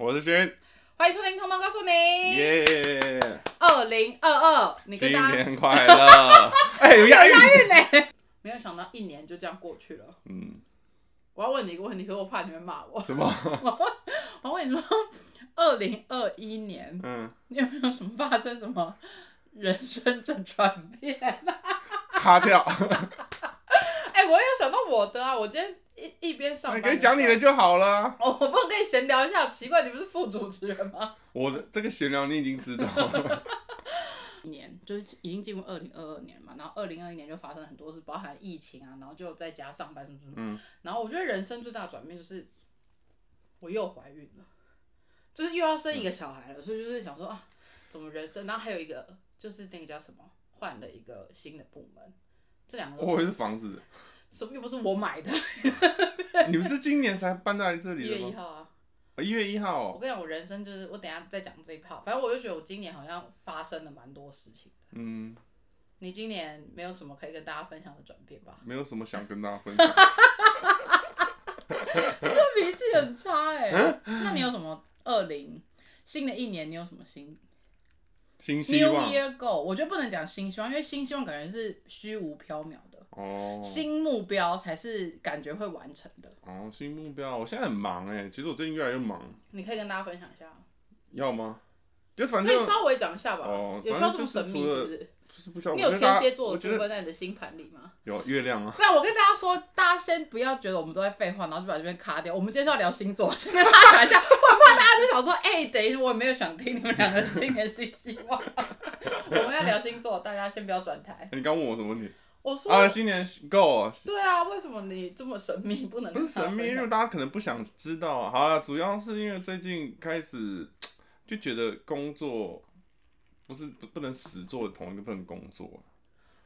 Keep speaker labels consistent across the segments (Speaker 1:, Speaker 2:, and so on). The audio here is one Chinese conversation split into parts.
Speaker 1: 我是轩，
Speaker 2: 欢迎收听《通通告诉你》
Speaker 1: 耶、
Speaker 2: 二零二二，你
Speaker 1: 新
Speaker 2: 跟大家
Speaker 1: 年快乐！ 哎、有押韵，
Speaker 2: 没有想到一年就这样过去了。
Speaker 1: 嗯，
Speaker 2: 我要问你一个问题，可是我怕你们骂我。
Speaker 1: 什么？
Speaker 2: 我要问你说，二零二一年
Speaker 1: 嗯，
Speaker 2: 你有没有什么发生什么人生的转变？
Speaker 1: 卡 掉，
Speaker 2: 哎、我也有想到我的啊！我今天一一边上
Speaker 1: 哎你
Speaker 2: 班，
Speaker 1: 可以讲你的。就好了。
Speaker 2: 哦，我不能跟你闲聊一下？奇怪，你不是副主持人吗？
Speaker 1: 我的这个闲聊你已经知道了，
Speaker 2: 一年就是已经进入二零二二年嘛，然后二零二一年就发生了很多事，包含疫情啊，然后就在家上班什么什么。
Speaker 1: 嗯
Speaker 2: 然后我觉得人生最大的转变就是我又怀孕了，就是又要生一个小孩了，所以就是想说啊，怎么人生？然后还有一个就是那个叫什么，换了一个新的部门，这两个
Speaker 1: 我以
Speaker 2: 都
Speaker 1: 为
Speaker 2: 是
Speaker 1: 是房子，
Speaker 2: 什么又不是我买的，
Speaker 1: 你们是今年才搬到这
Speaker 2: 一
Speaker 1: 里
Speaker 2: 月
Speaker 1: 的
Speaker 2: 一
Speaker 1: 吗？
Speaker 2: 号啊。
Speaker 1: 哦一月一号
Speaker 2: 我
Speaker 1: 哦，
Speaker 2: 跟你讲，我人生就是我等一下再讲这一趴，反正我就觉得我今年好像发生了蛮多事情。
Speaker 1: 嗯，
Speaker 2: 你今年没有什么可以跟大家分享的转变吧？
Speaker 1: 没有什么想跟大家分 享。
Speaker 2: 脾气很差哎、
Speaker 1: 嗯
Speaker 2: 那你有什么二零新的一年你有什么新
Speaker 1: 新希
Speaker 2: New
Speaker 1: 望
Speaker 2: Year Goal？我觉得不能讲新希望，因为新希望感觉是虚无缥缈的，
Speaker 1: 哦
Speaker 2: 新目标才是感觉会完成的。
Speaker 1: 哦，新目标，我现在很忙哎、其实我最近越来越忙，
Speaker 2: 你可以跟大家分享一下，
Speaker 1: 要吗？就反
Speaker 2: 可以
Speaker 1: 正
Speaker 2: 稍微讲一下吧，
Speaker 1: 哦
Speaker 2: 有需要这么神秘
Speaker 1: 反
Speaker 2: 是
Speaker 1: 正就
Speaker 2: 不是？
Speaker 1: 就是不需要。
Speaker 2: 你
Speaker 1: 我
Speaker 2: 有
Speaker 1: 觉得
Speaker 2: 天
Speaker 1: 大家
Speaker 2: 蝎座
Speaker 1: 我
Speaker 2: 的
Speaker 1: 觉
Speaker 2: 部
Speaker 1: 得
Speaker 2: 分在你的星盘里吗？
Speaker 1: 有月亮啊。
Speaker 2: 但我跟大家说，大家先不要觉得我们都在废话，然后就把这边卡掉。我们接下来聊星座，先跟大家讲一下，我很怕大家就想说，哎、等一下，我也没有想听你们两个新年新希望。我们要聊星座，大家先不要转台。
Speaker 1: 你刚问我什么问题？
Speaker 2: 我说，
Speaker 1: 啊，新年 go
Speaker 2: 对啊，为什么你这么神秘，不能
Speaker 1: 不是神秘，因为大家可能不想知道啊。好了，主要是因为最近开始就觉得工作不是不不能死做同一份工作，
Speaker 2: 啊、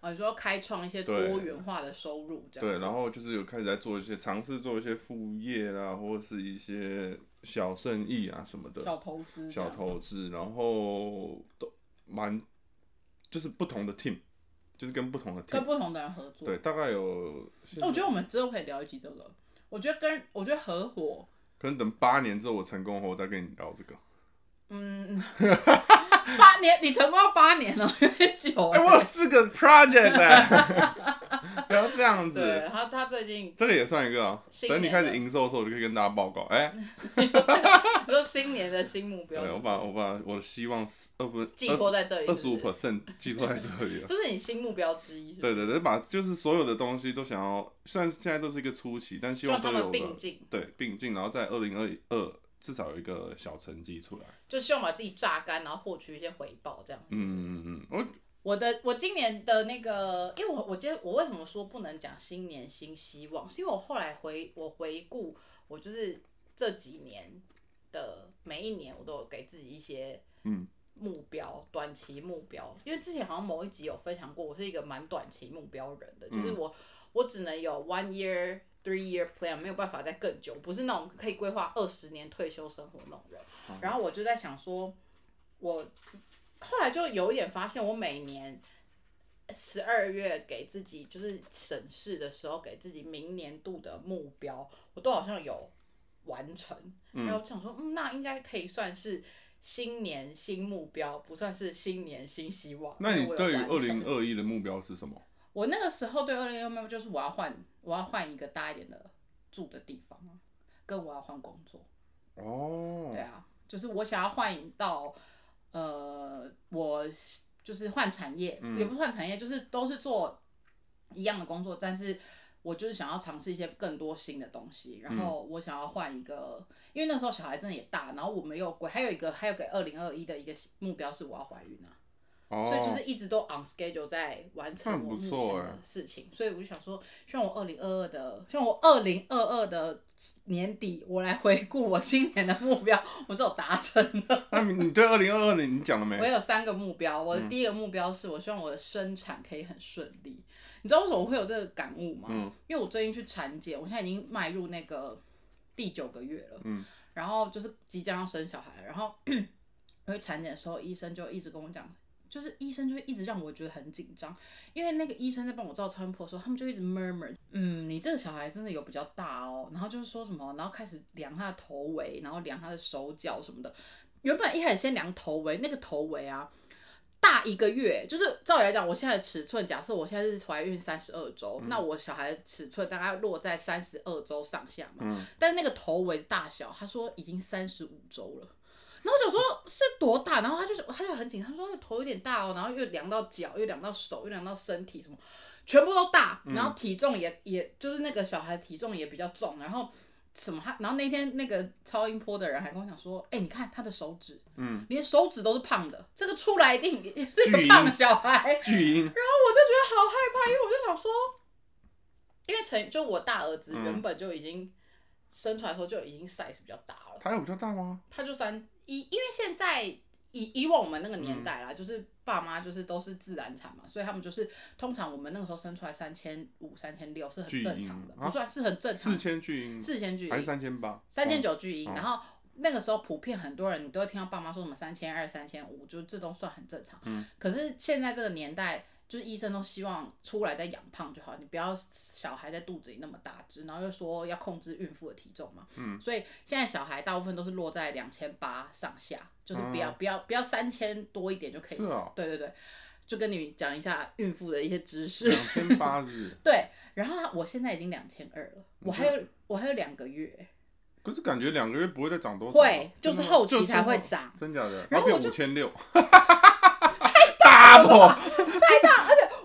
Speaker 2: 哦你说开创一些多
Speaker 1: 对
Speaker 2: 元化的收入这样
Speaker 1: 对，
Speaker 2: 子。
Speaker 1: 然后就是有开始在做一些尝试做一些副业啊，或者是一些小生意啊什么的，
Speaker 2: 小投资，
Speaker 1: 小，投资，然后都蛮就是不同的 team，就是跟不同的
Speaker 2: 跟
Speaker 1: team，
Speaker 2: 不同的人合作。
Speaker 1: 对，大概有现
Speaker 2: 那我
Speaker 1: 在
Speaker 2: 觉得我们之后可以聊一集这个。我觉得跟我觉得合 伙，
Speaker 1: 可能等八年之后我成功后，我再跟你聊这个。
Speaker 2: 嗯，八年，你成功要八年了，有点久
Speaker 1: 哎、
Speaker 2: 哎、
Speaker 1: 我有四个 project 哎不要这样子。
Speaker 2: 对，他他最近
Speaker 1: 这个也算一个啊。
Speaker 2: 新年
Speaker 1: 等
Speaker 2: 的
Speaker 1: 你开始营售的时候，我就可以跟大家报告。哎、
Speaker 2: 你说新年的新目标，
Speaker 1: 对，我把我把我的希望二分
Speaker 2: 寄托在这里
Speaker 1: 二十五
Speaker 2: 是不
Speaker 1: percent 寄托在这里
Speaker 2: 是
Speaker 1: 了。
Speaker 2: 这是你新目标之一，是不是
Speaker 1: 对对对，把就是所有的东西都想要，虽然现在都是一个初期，但希
Speaker 2: 希望
Speaker 1: 望
Speaker 2: 他
Speaker 1: 都有
Speaker 2: 们
Speaker 1: 的
Speaker 2: 并进，
Speaker 1: 对并进，然后在二零二二至少有一个小成绩出来。
Speaker 2: 就希望把自己榨干，然后获取一些回报，这样子。
Speaker 1: 嗯嗯嗯，嗯
Speaker 2: 我的我今年的那个，因为我我今天我为什么说不能讲新年新希望，是因为我后来回我回顾我就是这几年的每一年，我都有给自己一些
Speaker 1: 嗯
Speaker 2: 目标，短期目标。因为之前好像某一集有分享过，我是一个蛮短期目标人的，
Speaker 1: 嗯
Speaker 2: 就是我、我只能有 one year。Three year plan 没有办法再更久，不是那种可以规划二十年退休生活那种人。然后我就在想说，我后来就有一点发现，我每年十二月给自己就是审视的时候，给自己明年度的目标，我都好像有完成。然后我想说，嗯，那应该可以算是新年新目标，不算是新年新希望。
Speaker 1: 那你
Speaker 2: 因为我有
Speaker 1: 对于
Speaker 2: 完
Speaker 1: 二
Speaker 2: 成
Speaker 1: 零二一的目标是什么？
Speaker 2: 我那个时候对二零二目标就是我要换，我要换一个大一点的住的地方，啊跟我要换工作。
Speaker 1: 哦
Speaker 2: 对，啊，就是我想要换到呃，我就是换产业，也不是换产业，就是都是做一样的工作，但是我就是想要尝试一些更多新的东西。然后我想要换一个，因为那时候小孩真的也大，然后我们又我还有一个还有给二零二一的一个目标是我要怀孕啊。
Speaker 1: 哦，
Speaker 2: 所以就是一直都 on schedule 在完成
Speaker 1: 那很
Speaker 2: 我
Speaker 1: 不
Speaker 2: 目
Speaker 1: 错
Speaker 2: 前
Speaker 1: 欸
Speaker 2: 的事情，所以我就想说，希望我二零二二的，希望我二零二二的年底，我来回顾我今年的目标，我是有达成的。
Speaker 1: 那你你对二零二二年你讲了没嗯
Speaker 2: 我？有三个目标，我的第一个目标是我希望我的生产可以很顺利。你知道为什么我会有这个感悟吗？
Speaker 1: 嗯
Speaker 2: 因为我最近去产检，我现在已经迈入那个第九个月了，
Speaker 1: 嗯
Speaker 2: 然后就是即将要生小孩了，然后我去产检的时候，医生就一直跟我讲，就是医生就会一直让我觉得很紧张，因为那个医生在帮我照超音波的时候，他们就一直 murmur，嗯，你这个小孩真的有比较大哦，然后就是说什么，然后开始量他的头围，然后量他的手脚什么的。原本一开始先量头围，那个头围啊，大一个月，就是照理来讲，我现在的尺寸，假设我现在是怀孕三十二周，那我小孩的尺寸大概落在三十二周上下嘛。但是那个头围的大小，他说已经三十五周了。然后我想说是多大，然后他就是他就很紧张，他说头有点大哦，然后又量到脚，又量到手，又量到身体什么，全部都大，
Speaker 1: 嗯
Speaker 2: 然后体重也、也就是那个小孩体重也比较重，然后什么他，然后那天那个超音波的人还跟我讲说，哎、你看他的手指，嗯，连手指都是胖的，这个出来一定是
Speaker 1: 巨
Speaker 2: 个
Speaker 1: 婴
Speaker 2: 胖小孩，
Speaker 1: 巨婴，
Speaker 2: 然后我就觉得好害怕，因为我就想说，因为陈就我大儿子原本就已经生出来的时候就已经 size 比较大了。
Speaker 1: 他有比较大吗？
Speaker 2: 他就三以，因为现在以以往我们那个年代啦，就是爸妈就是都是自然产嘛，所以他们就是通常我们那个时候生出来三千五、三千六是很正常的，
Speaker 1: 巨婴啊
Speaker 2: 不算是很正常
Speaker 1: 四
Speaker 2: 的，
Speaker 1: 千巨婴
Speaker 2: 四千巨
Speaker 1: 还是
Speaker 2: 婴，
Speaker 1: 三千八？
Speaker 2: 三千
Speaker 1: 九，
Speaker 2: 九巨婴，然
Speaker 1: 哦
Speaker 2: 后。那个时候普遍很多人，你都会听到爸妈说什么三千二、三千五，就这都算很正常。
Speaker 1: 嗯
Speaker 2: 可是现在这个年代，就是医生都希望出来再养胖就好，你不要小孩在肚子里那么大只，然后又说要控制孕妇的体重嘛。
Speaker 1: 嗯
Speaker 2: 所以现在小孩大部分都是落在两千八上下，就是不要、不要不要三千多一点就可以
Speaker 1: 嗯是哦
Speaker 2: 对对对，就跟你讲一下孕妇的一些知识。
Speaker 1: 两千八日。
Speaker 2: 对，然后我现在已经两千二了，我还
Speaker 1: 嗯
Speaker 2: 有我还有两个月，
Speaker 1: 可是感觉两个月不会再长多少啊，
Speaker 2: 会就是
Speaker 1: 真的吗
Speaker 2: 后期才会长，
Speaker 1: 真假的？啊
Speaker 2: 然后我
Speaker 1: 五
Speaker 2: 就
Speaker 1: 千六， 大破，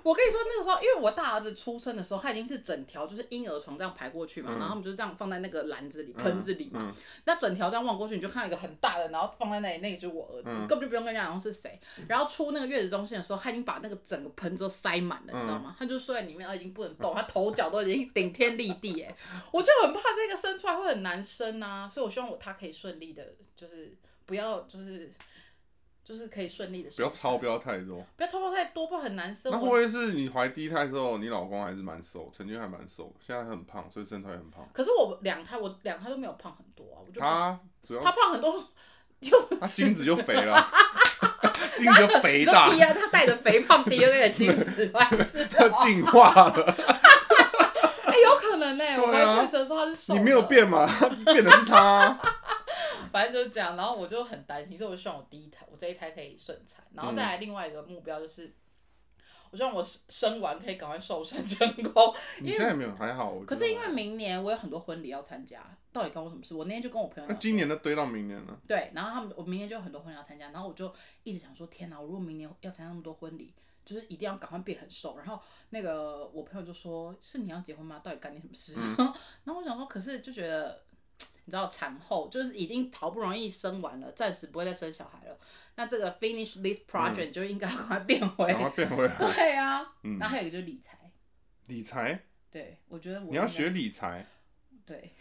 Speaker 2: 我跟你说，那个时候，因为我大儿子出生的时候，他已经是整条就是婴儿床这样排过
Speaker 1: 嗯
Speaker 2: 去嘛，然后他们就这样放在那个篮子里、盆子里嘛。 那整条这样望过去，你就看到一个很大的，然后放在那里，那个就是我儿子，根本
Speaker 1: 嗯
Speaker 2: 就不用跟人家讲是谁。然后出那个月子中心的时候，他已经把那个整个盆子都塞满了，你知道
Speaker 1: 嗯
Speaker 2: 吗？他就睡在里面，然后已经不能动，他头脚都已经顶天立地，哎， 我就很怕这个生出来会很难生啊，所以我希望我他可以顺利的，就是不要就是。就是可以顺利的，
Speaker 1: 不要超，标太多。
Speaker 2: 不要超标太多，不然很难生。
Speaker 1: 那
Speaker 2: 我
Speaker 1: 会不会是你怀第一胎的时候，你老公还是蛮瘦，曾经还蛮瘦，现在很胖，所以身材也很胖。
Speaker 2: 可是我两胎，我两胎都没有胖很多啊，我就
Speaker 1: 他主要
Speaker 2: 他胖很多， 就不
Speaker 1: 他
Speaker 2: 是
Speaker 1: 精子就肥了， 精子就肥
Speaker 2: 你说
Speaker 1: 大，
Speaker 2: 低啊，他带着肥胖 DNA 的精子来吃，
Speaker 1: 他 进化了。
Speaker 2: 哎、有可能呢、我
Speaker 1: 对
Speaker 2: 怀
Speaker 1: 啊
Speaker 2: 小孩的时候他是 瘦，
Speaker 1: 你没有，变嘛？ 变的是他。
Speaker 2: 反正就是这样。然后我就很担心，所以我就希望我第一胎，我这一胎可以顺产，然后再
Speaker 1: 嗯
Speaker 2: 来另外一个目标就是，我希望我生生完可以赶快瘦身成功。
Speaker 1: 你现在没有还好，我觉得
Speaker 2: 可是因为明年我有很多婚礼要参加，到底关我什么事？我那天就跟我朋友
Speaker 1: 那
Speaker 2: 讲。
Speaker 1: 今年都堆到明年了，
Speaker 2: 对，然后他们我明年就有很多婚礼要参加，然后我就一直想说，天哪，我如果明年要参加那么多婚礼，就是一定要赶快变很瘦。然后那个我朋友就说，是你要结婚吗？到底干你什么事？
Speaker 1: 嗯
Speaker 2: 然后我想说，可是就觉得。你知道产后就是已经好不容易生完了，暂时不会再生小孩了。那这个 finish this project 就应该赶快变回。
Speaker 1: 嗯赶快变回来。嗯
Speaker 2: 对啊，然后还有一个就是理财，
Speaker 1: 理财，
Speaker 2: 对我觉得我
Speaker 1: 你要
Speaker 2: 应该
Speaker 1: 学理财，
Speaker 2: 对，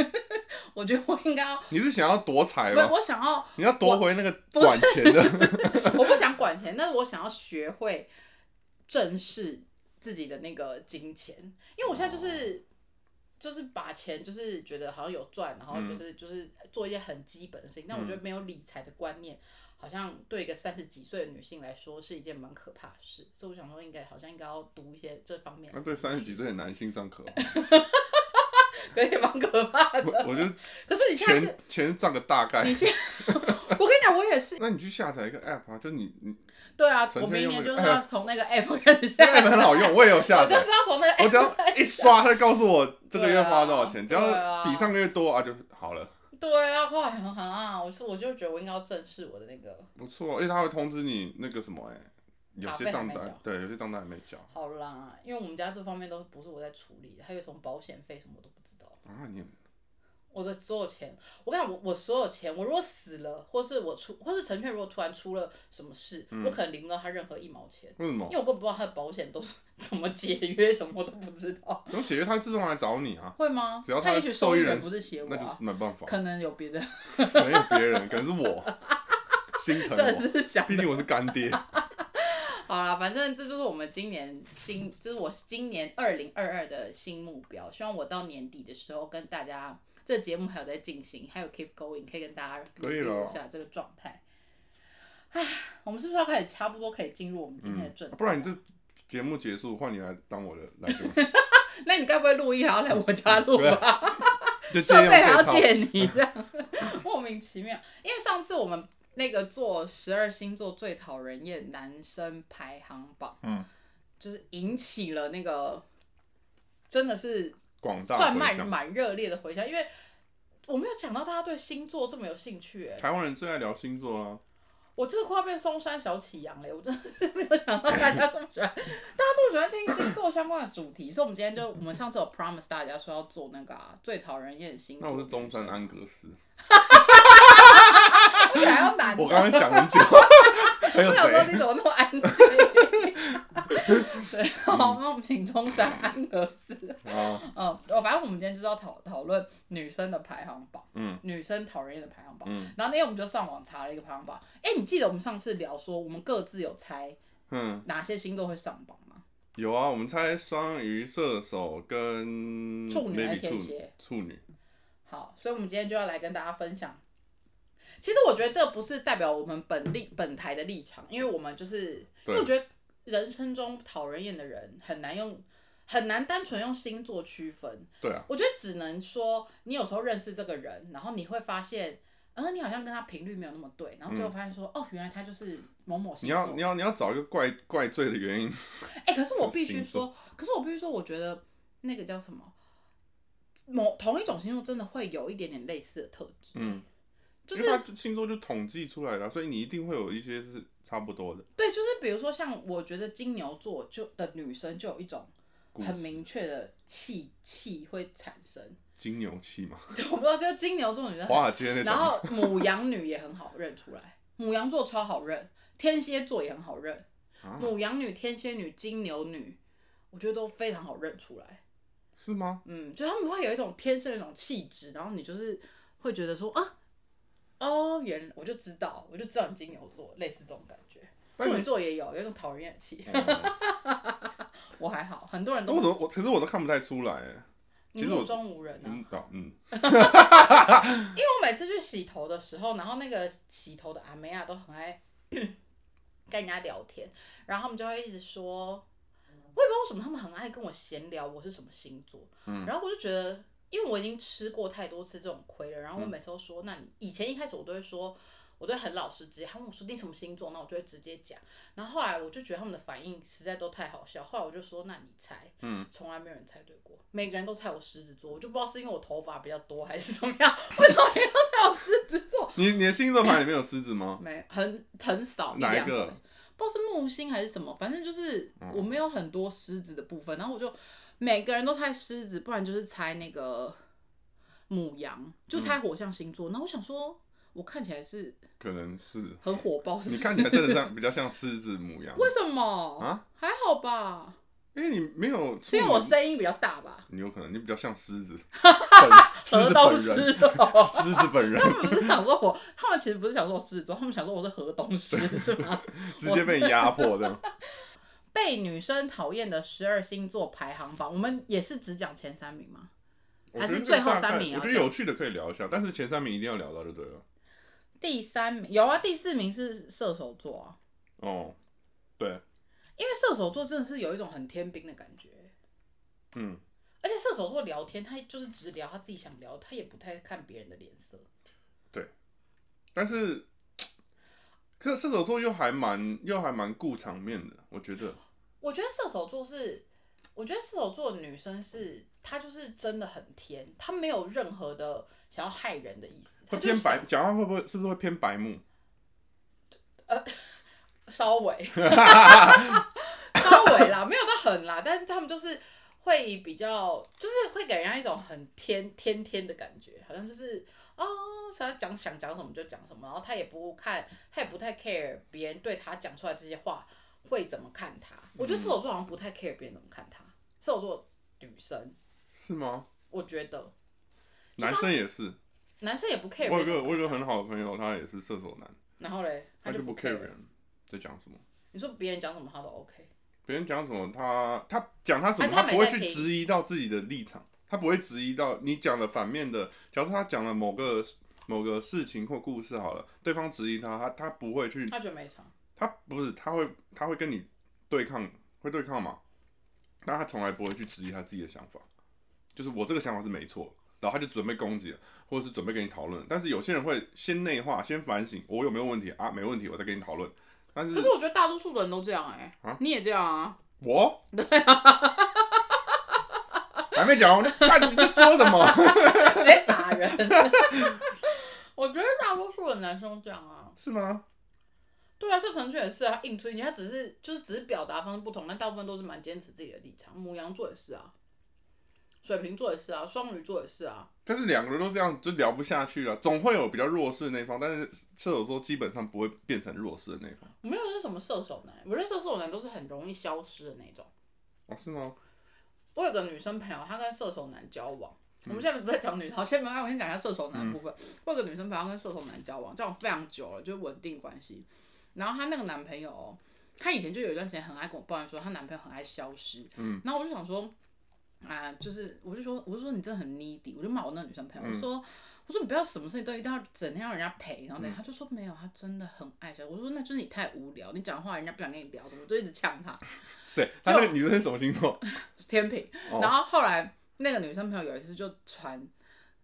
Speaker 2: 我觉得我应该要，
Speaker 1: 你是想要夺财吗
Speaker 2: 我？我想要
Speaker 1: 你要夺回那个管钱的，
Speaker 2: 我不想管钱，但是我想要学会正视自己的那个金钱，因为我现在就是、
Speaker 1: 哦
Speaker 2: 就是把钱就是觉得好像有赚，然后
Speaker 1: 嗯
Speaker 2: 就是、就是做一些很基本的事情，但我觉得没有理财的观念。好像对一个三十几岁的女性来说是一件蛮可怕的事，所以我想说应该好像应该要读一些这方面的
Speaker 1: 那
Speaker 2: 书。
Speaker 1: 啊对三十几岁的男性上课，
Speaker 2: 可以蛮可怕的。
Speaker 1: 我我觉得
Speaker 2: 可是你现在是，
Speaker 1: 钱钱赚个大概
Speaker 2: 你。现在，我跟你讲，我也是。
Speaker 1: 那你去下载一个 app 啊，就你你
Speaker 2: 对啊，
Speaker 1: 陈
Speaker 2: 我
Speaker 1: 天
Speaker 2: 明年
Speaker 1: 佑那
Speaker 2: 就
Speaker 1: 个
Speaker 2: 是要从那个 app 开始下
Speaker 1: 哎那 app 很 好用，我也有下
Speaker 2: 我就
Speaker 1: 载
Speaker 2: 是。要从那个 app
Speaker 1: 我只要一刷，他就告诉我这个月花多少钱，只
Speaker 2: 对啊对啊
Speaker 1: 要比上个月多啊就好了，
Speaker 2: 对啊，后来很好啊，我是我就觉得我应该要正视我的那个，
Speaker 1: 不错。而且他会通知你那个什么，哎，有些账
Speaker 2: 卡费还没
Speaker 1: 单
Speaker 2: 缴，
Speaker 1: 对，有些账单还没缴
Speaker 2: 好啦，因为我们家这方面都不是我在处理的，还有什么保险费什么我都不知道。
Speaker 1: 啊，你
Speaker 2: 我的所有钱，我跟你讲，我我所有钱，我如果死了，或是我出，或是陈确如果突然出了什么事，我可能领不到他任何一毛钱，
Speaker 1: 为什么
Speaker 2: 因为我根本不知道他的保险都是 怎么解约，什么我都不知道，
Speaker 1: 有解约？他会自动来找你啊，
Speaker 2: 会吗？
Speaker 1: 只要
Speaker 2: 他
Speaker 1: 他
Speaker 2: 也许
Speaker 1: 受
Speaker 2: 益
Speaker 1: 益
Speaker 2: 人
Speaker 1: 人
Speaker 2: 不是写我、
Speaker 1: 那就是
Speaker 2: 啊，
Speaker 1: 没办法，
Speaker 2: 可能有别的，
Speaker 1: 可能有别人，可能是我心疼
Speaker 2: 真的
Speaker 1: 我，
Speaker 2: 是想
Speaker 1: 毕竟我是干爹。
Speaker 2: 好啦，反正这就是我们今年新，这、是我今年二零二二的新目标。希望我到年底的时候跟大家，这个节目还有在进行，还有 keep going，可以跟大家
Speaker 1: 可以了
Speaker 2: review 一下这个状态。 我们是不是要开始差不多可以进入我们今天的正题、
Speaker 1: 嗯不然你这节目结束，换你来当我的 来宾，
Speaker 2: 那你该不会录音还要来我家录
Speaker 1: 对
Speaker 2: 吧？
Speaker 1: 就
Speaker 2: 设
Speaker 1: 先用
Speaker 2: 备还
Speaker 1: 这
Speaker 2: 要
Speaker 1: 套
Speaker 2: 借你这样， 莫名其妙。因为上次我们那个做十二星座最讨人厌男生排行榜，
Speaker 1: 嗯，
Speaker 2: 就是引起了那个真的是
Speaker 1: 广大
Speaker 2: 算
Speaker 1: 回
Speaker 2: 蛮
Speaker 1: 响。
Speaker 2: 蛮热烈的回响，因为我没有想到大家对星座这么有兴趣、哎，
Speaker 1: 台湾人最爱聊星座啊，
Speaker 2: 我真的快要变松山小启阳了，我真的是没有想到大家这么喜欢， 大家这么喜欢听星座相关的主题，所以我们今天就我们上次有 promise 大家说要做那个、啊、最讨人厌的星座，
Speaker 1: 那我是 中山安格斯，
Speaker 2: 你还要难哦，
Speaker 1: 我刚刚想 很久，还有
Speaker 2: 我想说
Speaker 1: 谁？
Speaker 2: 你怎么那么安静？ 对，好，那我们请中山安格斯。
Speaker 1: 啊，
Speaker 2: 嗯，我反正我们今天就是要讨讨论女生的排行榜，
Speaker 1: 嗯，
Speaker 2: 女生讨人厌的排行榜。
Speaker 1: 嗯
Speaker 2: 然后那天我们就上网查了一个排行榜。哎、你记得我们上次聊说我们各自有猜
Speaker 1: 嗯，
Speaker 2: 哪些星座会上榜吗？
Speaker 1: 有啊，我们猜双鱼、射手跟
Speaker 2: 处女还是
Speaker 1: maybe 处
Speaker 2: 天
Speaker 1: 女
Speaker 2: 蝎，
Speaker 1: 处女，
Speaker 2: 好，所以我们今天就要来跟大家分享。其实我觉得这不是代表我们本立本台的立场，因为我们就是因为我觉
Speaker 1: 对
Speaker 2: 得人生中讨人厌的人很难用，很难单纯用星座区分。
Speaker 1: 对啊，
Speaker 2: 我觉得只能说，你有时候认识这个人，然后你会发现，嗯、你好像跟他频率没有那么对，然后最后发现说，哦，原来他就是某某
Speaker 1: 嗯你
Speaker 2: 星
Speaker 1: 要
Speaker 2: 座
Speaker 1: 你。要你要找一个怪怪罪的原因，
Speaker 2: 哎、可是我必须
Speaker 1: 星座
Speaker 2: 说，可是我必须说，我觉得那个叫什么，某同一种星座真的会有一点点类似的特质，
Speaker 1: 嗯，
Speaker 2: 就
Speaker 1: 因
Speaker 2: 是
Speaker 1: 为它星座就统计出来了，啊所以你一定会有一些是差不多的，
Speaker 2: 对，就是比如说像我觉得金牛座就的女生就有一种
Speaker 1: 固
Speaker 2: 很
Speaker 1: 执
Speaker 2: 明确的气气会产生，
Speaker 1: 金牛气嘛，
Speaker 2: 对我不知道，就是金牛座女生很，
Speaker 1: 华尔街那
Speaker 2: 然
Speaker 1: 种，
Speaker 2: 后母羊女也很好认出来，母羊座超好认，天蝎座也很好认，
Speaker 1: 啊
Speaker 2: 母羊女、天蝎女、金牛女，我觉得都非常好认出来。
Speaker 1: 是吗？
Speaker 2: 嗯，就他们会有一种天生的一种气质，然后你就是会觉得说啊，哦，原我就知道，我就知道你金牛座，类似这种感觉。
Speaker 1: 但
Speaker 2: 处女座也有，有一种讨人厌的气。
Speaker 1: 嗯
Speaker 2: 我还好，很多人
Speaker 1: 那我怎
Speaker 2: 都
Speaker 1: 么我可是我都看不太出来欸，其
Speaker 2: 你
Speaker 1: 实我
Speaker 2: 目中无人啊。
Speaker 1: 嗯啊嗯，
Speaker 2: 因为我每次去洗头的时候，然后那个洗头的阿梅亚都很爱 跟人家聊天，然后他们就会一直说，我也不知道为什么他们很爱跟我闲聊我是什么星座，
Speaker 1: 嗯
Speaker 2: 然后我就觉得，因为我已经吃过太多次这种亏了，然后我每次都说，那你以前一开始我都会说。我都会很老实直接，他问我说你什么星座，那我就会直接讲。然后后来我就觉得他们的反应实在都太好笑，后来我就说那你猜，嗯，从来没有人猜对过，每个人都猜我狮子座，我就不知道是因为我头发比较多还是怎么样， 为什么每个人都猜我狮子座？
Speaker 1: 你你的星座牌里面有狮子吗？
Speaker 2: 没很很少
Speaker 1: 哪一
Speaker 2: 两
Speaker 1: 个嗯
Speaker 2: 不知道是木星还是什么，反正就是我没有很多狮子的部分，然后我就每个人都猜狮子，不然就是猜那个母羊，就猜火象星
Speaker 1: 嗯
Speaker 2: 座。然后我想说，我看起来是
Speaker 1: 可能是，
Speaker 2: 很火爆，是不
Speaker 1: 你
Speaker 2: 是？
Speaker 1: 看起来真的像比较像狮子母羊，
Speaker 2: 为什么
Speaker 1: 啊？
Speaker 2: 还好吧，
Speaker 1: 因为你没有处
Speaker 2: 是
Speaker 1: 女，
Speaker 2: 因为我声音比较大吧？
Speaker 1: 你有可能你比较像 狮子，本狮
Speaker 2: 河
Speaker 1: 子
Speaker 2: 东
Speaker 1: 本人，
Speaker 2: 狮哦，
Speaker 1: 狮子本人
Speaker 2: 他们不是想说我，他们其实不是想说我狮子座，他们想说我是河东狮，是吗？
Speaker 1: 直接被你压迫的，
Speaker 2: 被女生讨厌的十二星座排行榜，我们也是只讲前三名吗？
Speaker 1: 我
Speaker 2: 还
Speaker 1: 觉
Speaker 2: 是
Speaker 1: 得这
Speaker 2: 最后
Speaker 1: 大概
Speaker 2: 三名啊
Speaker 1: 我觉得有趣的可以聊一下，但是前三名一定要聊到就对了。
Speaker 2: 第三名有啊，第四名是射手座啊，
Speaker 1: 哦，对，
Speaker 2: 因为射手座真的是有一种很天兵的感觉，
Speaker 1: 嗯，
Speaker 2: 而且射手座聊天，他就是只聊他自己想聊，他也不太看别人的脸色。
Speaker 1: 但是，可是射手座又还蛮又还蛮顾场面的，我觉得，
Speaker 2: 我觉得射手座是，我觉得射手座的女生是，她就是真的很天，她没有任何的想要害人的意思，她
Speaker 1: 会
Speaker 2: 就
Speaker 1: 偏
Speaker 2: 是
Speaker 1: 白，讲话会不会是不是会偏白目？
Speaker 2: 稍 微， 稍微啦，没有到很啦，但是他们就是会比较，就是会给人家一种很天天天的感觉，好像就是哦，想要讲想讲什么就讲什么，然后他也不看，他也不太 care 别人对他讲出来这些话会怎么看他。
Speaker 1: 嗯
Speaker 2: 我觉得射手座好像不太 care 别人怎么看他，射手座女生，
Speaker 1: 是吗？
Speaker 2: 我觉得
Speaker 1: 男生也是，
Speaker 2: 男生也不 care
Speaker 1: 我有
Speaker 2: 别
Speaker 1: 个
Speaker 2: 人，
Speaker 1: 我有个很好的朋友，他也是射手男，
Speaker 2: 然后嘞，
Speaker 1: 他
Speaker 2: 就
Speaker 1: 就不 care
Speaker 2: care，
Speaker 1: 人在讲什么。
Speaker 2: 你说别人讲什么他都 OK。
Speaker 1: 别人讲什么，他他讲他什么，
Speaker 2: 还是他
Speaker 1: 不会
Speaker 2: 没在
Speaker 1: 去
Speaker 2: 听
Speaker 1: 质疑到自己的立场，他不会质疑到你讲的反面的。假如说他讲了某个某个事情或故事好了，对方质疑他，他他不会去，
Speaker 2: 他觉得没差，
Speaker 1: 他不是他会他会跟你对抗，会对抗嘛？但他从来不会去质疑他自己的想法，就是我这个想法是没错，然后他就准备攻击了，或者是准备跟你讨论。但是有些人会先内化，先反省，我有没有问题啊？没问题，我再跟你讨论。但
Speaker 2: 可
Speaker 1: 是
Speaker 2: 是我觉得大多数人都这样哎、你也这样啊，
Speaker 1: 我，对啊，还没讲完，我就看你在说什么？
Speaker 2: 直接打人。我觉得大多数的男生都这样啊，
Speaker 1: 是吗？
Speaker 2: 对啊，像陈俊也是啊，他硬吹，他只是就是只是表达方式不同，但大部分都是蛮坚持自己的立场。母羊座也是啊，水瓶座也是啊，双鱼座也是啊，
Speaker 1: 但是两个人都这样，就聊不下去了。总会有比较弱势的那一方，但是射手座基本上不会变成弱势的那一方。
Speaker 2: 我没有认识什么射手男，我认识的射手男都是很容易消失的那种。
Speaker 1: 哦，是吗？
Speaker 2: 我有个女生朋友，她跟射手男交往。我们现在不是在讲女生，好，先没关系，我先讲一下射手男的部分。我有个女生朋友她跟射手男交往，交往非常久了，就是稳定关系。然后她那个男朋友哦，她以前就有一段时间很爱跟我抱怨说，她男朋友很爱消失。嗯。然后我就想说，啊、就是我就说，我就说你真的很 needy，我就骂我那个女生朋友，我说。我说你不要什么事情都一定要整天让人家陪，然后等下他就说没有，他真的很爱消失。我说那就是你太无聊，你讲话人家不想跟你聊什么，我就一直呛他。
Speaker 1: 谁？他那个女生是什么星座？
Speaker 2: 天平。
Speaker 1: 哦
Speaker 2: 然后后来那个女生朋友有一次就传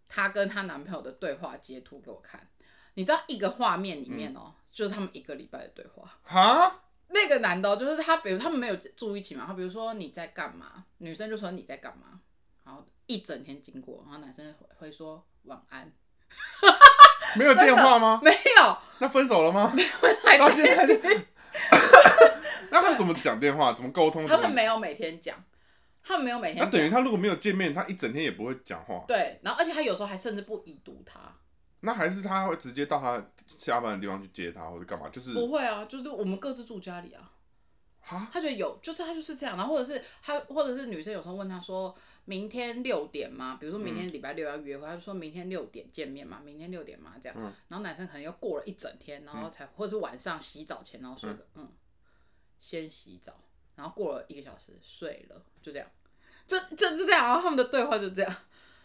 Speaker 2: 她跟她男朋友的对话截图给我看，你知道一个画面里面
Speaker 1: 嗯
Speaker 2: 哦、就是他们一个礼拜的对话。
Speaker 1: 哈？
Speaker 2: 那个男的哦、就是他，比如他们没有住一起嘛，他比如说你在干嘛，女生就说你在干嘛，然后一整天经过，然后男生会会说晚安，
Speaker 1: 没有电话吗？
Speaker 2: 没有，
Speaker 1: 那分手了吗？
Speaker 2: 还
Speaker 1: 到
Speaker 2: 真
Speaker 1: 现在就， 那他们怎么讲电话？怎么沟通？
Speaker 2: 他
Speaker 1: 怎
Speaker 2: 们
Speaker 1: 么
Speaker 2: 没有每天讲，他们没有每
Speaker 1: 那
Speaker 2: 天
Speaker 1: 等于
Speaker 2: 讲，
Speaker 1: 他如果没有见面，他一整天也不会讲话。
Speaker 2: 对，然后而且他有时候还甚至不已读他，
Speaker 1: 那还是他会直接到他下班的地方去接他，或者干嘛？就是
Speaker 2: 不会啊，就是我们各自住家里啊。
Speaker 1: 啊
Speaker 2: 他觉得有，就是他就是这样，然后或者是他，或者是女生有时候问他说，明天六点吗？比如说明天礼拜六要约会，他就说明天六点见面嘛，明天六点嘛这样。然后男生可能又过了一整天，然后才、或者是晚上洗澡前，然后说着嗯先洗澡，然后过了一个小时睡了，就这样，就就就这样，然后他们的对话就这样。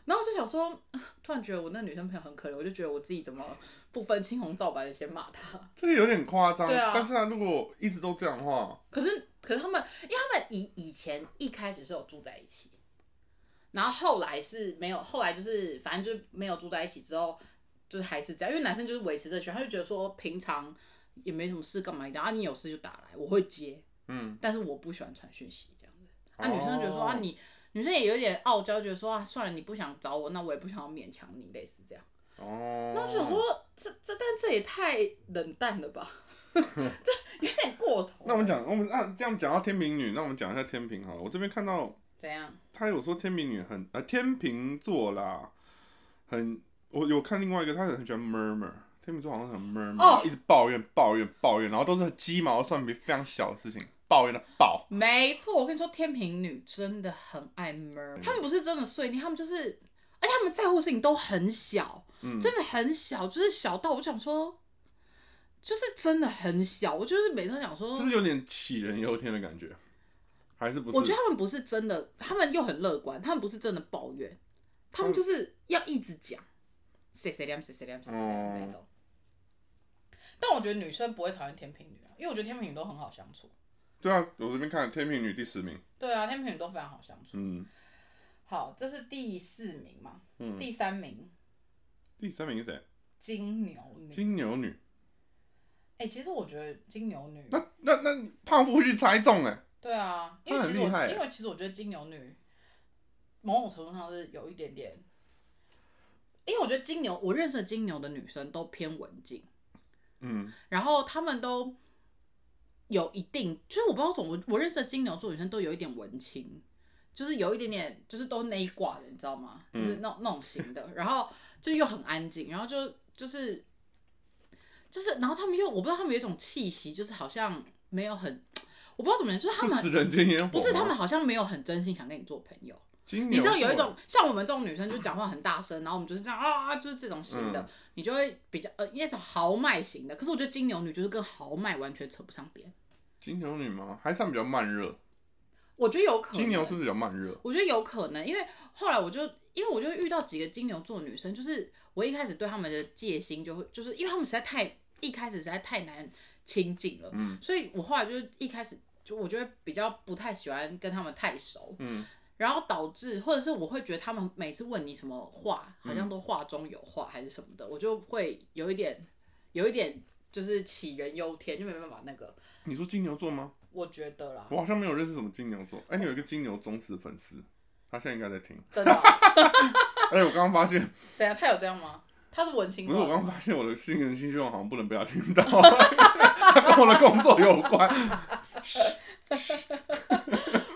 Speaker 2: 然后我就想说，啊突然觉得我那女生朋友很可怜，我就觉得我自己怎么不分青红皂白的先骂她。
Speaker 1: 这个有点夸张。
Speaker 2: 对啊
Speaker 1: 但是他如果一直都这样的话，
Speaker 2: 可是可是他们，因为他们以以前一开始是有住在一起，然后后来是没有，后来就是反正就是没有住在一起之后，就是还是这样，因为男生就是维持这圈，他就觉得说平常也没什么事干嘛一定要啊，你有事就打来，我会接，
Speaker 1: 嗯，
Speaker 2: 但是我不喜欢传讯息这样子。啊，
Speaker 1: 哦
Speaker 2: 女生就觉得说、啊你。女生也有点傲娇，觉得说啊，算了，你不想找我，那我也不想要勉强你，类似这样。
Speaker 1: 哦，
Speaker 2: 那我想说，这这但这也太冷淡了吧， 这有点过头。
Speaker 1: 那我们讲，我们啊按这样讲到天平女，那我们讲一下天平好了。我这边看到
Speaker 2: 怎样？
Speaker 1: 他有说天平女很呃天秤座啦，很我有看另外一个，他很喜欢 murmur，天秤座好像很 murmur，、
Speaker 2: 哦
Speaker 1: 一直抱怨抱怨抱怨，然后都是鸡毛蒜皮非常小的事情，抱怨的爆。
Speaker 2: 没错，我跟你说，天平女真的很爱 murmur，她们不是真的碎念，她们就是，而且她们在乎的事情都很小，真的很小，就是小到我想说，就是真的很小，我就是每次都想说
Speaker 1: 是不，是有点杞人忧天的感觉？还是不是？
Speaker 2: 我觉得她们不是真的，她们又很乐观，她们不是真的抱怨，她们就是要一直讲，谁谁亮谁谁亮谁谁亮那种。但我觉得女生不会讨厌天平女啊，因为我觉得天平女都很好相处。
Speaker 1: 对啊，我这边看天平女第十名，
Speaker 2: 对啊，天平女都非常好相处。
Speaker 1: 嗯，
Speaker 2: 好，这是第四名嘛？
Speaker 1: 嗯
Speaker 2: 第三名
Speaker 1: 第三名是谁？
Speaker 2: 金牛女。
Speaker 1: 金牛女。
Speaker 2: 哎、其实我觉得金牛女，
Speaker 1: 那那那胖夫去猜中哎，
Speaker 2: 对啊，因
Speaker 1: 她
Speaker 2: 为
Speaker 1: 很
Speaker 2: 其实我
Speaker 1: 厉害欸
Speaker 2: 因为其实我觉得金牛女某种程度上是有一点点，因为我觉得金牛，我认识的金牛的女生都偏文静，
Speaker 1: 嗯，
Speaker 2: 然后她们都有一定，就是我不知道怎么，我认识的金牛座女生都有一点文青，就是有一点点，就是都是那一挂的，你知道吗？
Speaker 1: 嗯
Speaker 2: 就是那种那种型的，然后就又很安静，然后就就是就是，然后他们又我不知道他们有一种气息，就是好像没有很，我不知道怎么讲，就是他
Speaker 1: 不食
Speaker 2: 们。
Speaker 1: 人间烟火吗。
Speaker 2: 不是，他们好像没有很真心想跟你做朋友。
Speaker 1: 金
Speaker 2: 你
Speaker 1: 牛
Speaker 2: 知
Speaker 1: 座，
Speaker 2: 道有一种像我们这种女生，就讲话很大声，然后我们就是这样啊，就是这种型
Speaker 1: 嗯
Speaker 2: 的，你就会比较呃那种豪迈型的。可是我觉得金牛女就是跟豪迈完全扯不上边。
Speaker 1: 金牛女吗？还算比较慢热，
Speaker 2: 我觉得有可能。
Speaker 1: 金牛是不是比较慢热？
Speaker 2: 我觉得有可能，因为后来我就因为我就遇到几个金牛座女生，就是我一开始对她们的戒心就会，就是因为她们实在太一开始实在太难亲近了，
Speaker 1: 嗯
Speaker 2: 所以我后来就是一开始就我就会比较不太喜欢跟她们太熟，
Speaker 1: 嗯
Speaker 2: 然后导致或者是我会觉得她们每次问你什么话，好
Speaker 1: 嗯
Speaker 2: 像都话中有话还是什么的，我就会有一点有一点就是杞人忧天，就没办法那个，
Speaker 1: 你说金牛座吗？
Speaker 2: 我觉得啦，
Speaker 1: 我好像没有认识什么金牛座。哎、你有一个金牛忠实粉丝，他现在应该在听。
Speaker 2: 真的啊、
Speaker 1: 哎、我刚刚发 现，
Speaker 2: 等一下他有这样吗？他是文青
Speaker 1: 不
Speaker 2: 挂吗，
Speaker 1: 是我刚刚发现我的新人新希望好像不能被他听到， 他跟我的工作有关。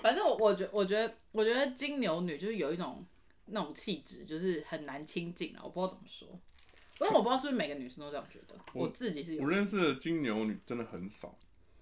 Speaker 2: 反正我我觉我觉得我觉得金牛女就是有一种那种气质，就是很难亲近啊，我不知道怎么说。但我不知道是不是每个女生都这样觉得，
Speaker 1: 我
Speaker 2: 我自己是有
Speaker 1: 我，认识的金牛女真的很少，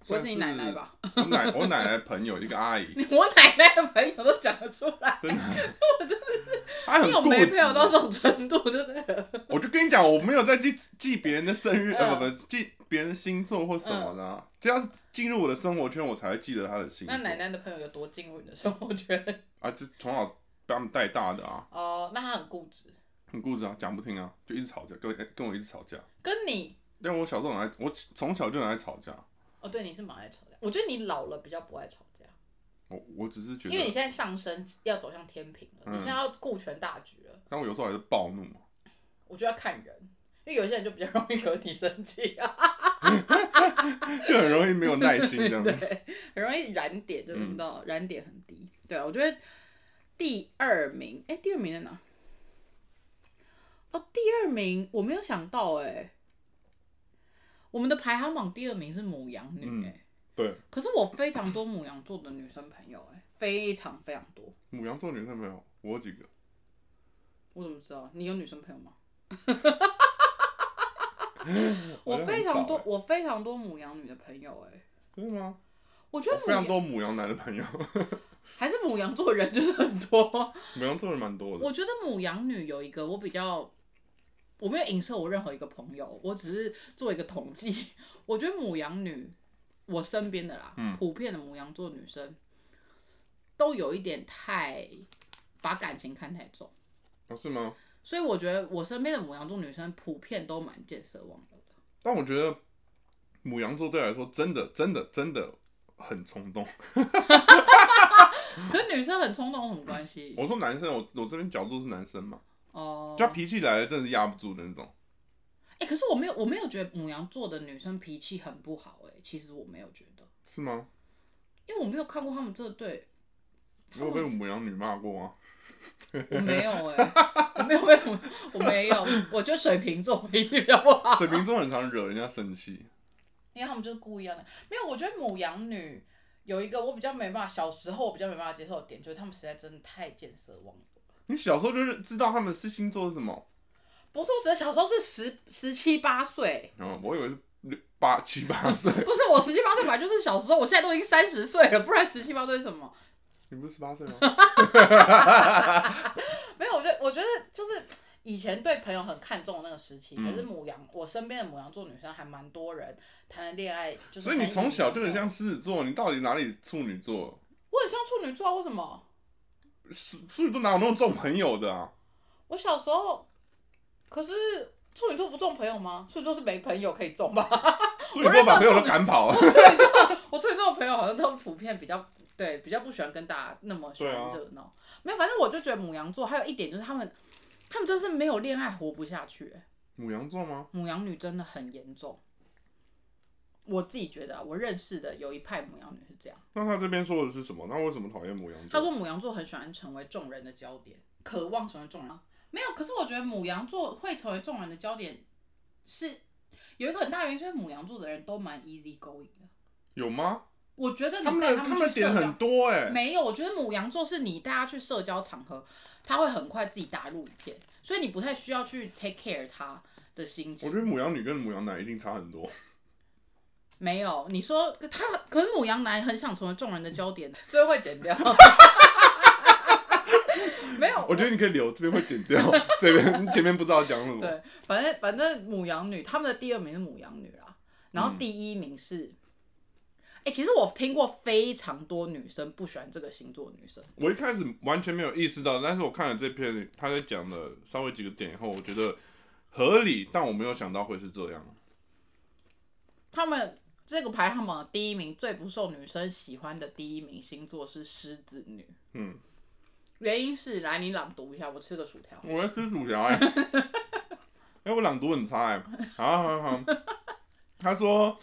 Speaker 2: 不会是你奶奶吧？
Speaker 1: 算是？我奶我奶奶朋友一个阿姨，
Speaker 2: 我奶奶的朋友都讲得出来，
Speaker 1: 真的，我
Speaker 2: 你
Speaker 1: 真
Speaker 2: 有
Speaker 1: 她
Speaker 2: 没
Speaker 1: 很
Speaker 2: 朋友
Speaker 1: 固
Speaker 2: 到
Speaker 1: 执。
Speaker 2: 这种程度，真的。
Speaker 1: 我就跟你讲，我没有在记记别人的生日，呃，
Speaker 2: 嗯
Speaker 1: 不不，记别人星座或什么的啊、只要是进入我的生活圈，我才会记得他的星座。
Speaker 2: 那奶奶的朋友有多进入你的生活圈？
Speaker 1: 啊，就从小被他们带大的啊，
Speaker 2: 哦，那她很固执，
Speaker 1: 很固执啊，讲不听啊，就一直吵架，跟我跟我一直吵架。
Speaker 2: 跟你
Speaker 1: 但我小时候很爱，我从小就很爱吵架。
Speaker 2: 哦，对，你是蛮爱吵架。我觉得你老了比较不爱吵架，
Speaker 1: 我我只是觉
Speaker 2: 因为你
Speaker 1: 得，
Speaker 2: 现在上升要走向天平了，
Speaker 1: 嗯
Speaker 2: 你现在要顾全大局了。
Speaker 1: 但我有时候还是暴怒。
Speaker 2: 我觉得要看人，因为有些人就比较容易惹你生气啊，
Speaker 1: 就很容易没有耐心这样子。
Speaker 2: 对，很容易燃点，就是
Speaker 1: 嗯
Speaker 2: 你知道，燃点很低。对，啊我觉得第二名，哎、第二名在哪？哦，第二名我没有想到哎、我们的排行榜第二名是母羊
Speaker 1: 嗯
Speaker 2: 女哎、
Speaker 1: 对，
Speaker 2: 可是我非常多母羊座的女生朋友哎、非常非常多。
Speaker 1: 母羊座女生朋友，我有几个，
Speaker 2: 我怎么知道？你有女生朋友吗？
Speaker 1: 我
Speaker 2: 我
Speaker 1: 觉得很
Speaker 2: 非
Speaker 1: 少
Speaker 2: 常多
Speaker 1: 欸，
Speaker 2: 我非常多母羊女的朋友哎、
Speaker 1: 真的吗？
Speaker 2: 我觉
Speaker 1: 我
Speaker 2: 得母
Speaker 1: 非常
Speaker 2: 羊
Speaker 1: 多母羊男的朋友，
Speaker 2: 还是母羊座人就是很多。
Speaker 1: 母羊座人蛮多的。
Speaker 2: 我觉得母羊女有一个我比较，我没有影射我任何一个朋友，我只是做一个统计。 我觉得母羊女，我身边的啦，
Speaker 1: 嗯
Speaker 2: 普遍的母羊座女生，都有一点太把感情看太重，
Speaker 1: 哦，是吗？
Speaker 2: 所以我觉得我身边的母羊座女生普遍都蛮见色忘友的。
Speaker 1: 但我觉得母羊座对我来说，真的真的真的很冲动。
Speaker 2: 可是女生很冲动有什么关系？
Speaker 1: 我说男生，我我这边角度是男生嘛，
Speaker 2: 哦、
Speaker 1: 就他脾气来了，真的是压不住的那种。
Speaker 2: 哎、可是我没有，我没有觉得母羊座的女生脾气很不好、哎，其实我没有觉得，
Speaker 1: 是吗？
Speaker 2: 因为我没有看过他们这对哦
Speaker 1: 我有被母羊女骂过啊，
Speaker 2: 我没有哎、我没有没有，我没有，我觉得水瓶座脾气比较不好，
Speaker 1: 水瓶座很常惹人家生气。
Speaker 2: 因为他们就是故意要的。没有，我觉得母羊女有一个我比较没办法，小时候我比较没办法接受的点，就是他们实在真的太见色忘友了。
Speaker 1: 你小时候就是知道他们是星座是什么？
Speaker 2: 不是，我只是小时候是十十七八岁，
Speaker 1: 嗯，我以为是六八七八岁。
Speaker 2: 不是我十七八岁本来就是小时候，我现在都已经三十岁了，不然十七八岁是什么？
Speaker 1: 你不是十八岁吗？
Speaker 2: 没有，我觉得我觉得就是以前对朋友很看重的那个时期，可是母羊，我身边的母羊座女生还蛮多人谈了恋爱，就是
Speaker 1: 所以你
Speaker 2: 很
Speaker 1: 从小
Speaker 2: 隐
Speaker 1: 就
Speaker 2: 忍
Speaker 1: 很
Speaker 2: 的
Speaker 1: 像狮子座，你到底哪里处女座？
Speaker 2: 我很像处女座啊，为什么？
Speaker 1: 狮处女座哪有那么重朋友的啊？
Speaker 2: 我小时候，可是处女座不重朋友吗？处女座是没朋友可以重吧？
Speaker 1: 处女座把
Speaker 2: 我认识的
Speaker 1: 朋友
Speaker 2: 处
Speaker 1: 都
Speaker 2: 女
Speaker 1: 赶跑了。
Speaker 2: 我处女座的朋友好像都普遍比较对，比较不喜欢跟大家那么喜欢
Speaker 1: 对啊
Speaker 2: 热闹。没有，反正我就觉得母羊座还有一点就是他们，他们真是没有恋爱活不下去、欸
Speaker 1: 母羊座吗？
Speaker 2: 母羊女真的很严重。我自己觉得啊、我认识的有一派母羊女是这样。
Speaker 1: 那他这边说的是什么？那为什么讨厌母羊
Speaker 2: 他
Speaker 1: 座？
Speaker 2: 说母羊座很喜欢成为众人的焦点，渴望成为众人。没有，可是我觉得母羊座会成为众人的焦点是有一个很大原因，就是母羊座的人都蛮 easy going 的。
Speaker 1: 有吗？
Speaker 2: 我觉得你
Speaker 1: 他们
Speaker 2: 带
Speaker 1: 的
Speaker 2: 他
Speaker 1: 他们的
Speaker 2: 去社
Speaker 1: 点
Speaker 2: 交
Speaker 1: 很，多哎、
Speaker 2: 没有，我觉得母羊座是你带他去社交场合，他会很快自己打入一片，所以你不太需要去 take care 他的心
Speaker 1: 我
Speaker 2: 情
Speaker 1: 觉。得母羊女跟母羊男一定差很多。
Speaker 2: 没有，你说他可是母羊男很想成为众人的焦 点，所以会剪掉。 没有，
Speaker 1: 我觉得你可以留这边会剪掉， 这边前面不知道讲什么。
Speaker 2: 对，反正
Speaker 1: 嗯
Speaker 2: 反正母羊女，他们的第二名是母羊女啦，然后第一名是，哎、哎、其实我听过非常多女生不喜欢这个星座的女生，
Speaker 1: 我一开始完全没有意识到，但是我看了这篇他在讲的稍微几个点以后，我觉得合理，但我没有想到会是这样。
Speaker 2: 他们这个排行榜的第一名最不受女生喜欢的第一名星座是狮子女。
Speaker 1: 嗯，
Speaker 2: 原因是来你朗读一下，我吃个薯条。
Speaker 1: 我在吃薯条哎、欸，哎、我朗读很差哎、好好好，他说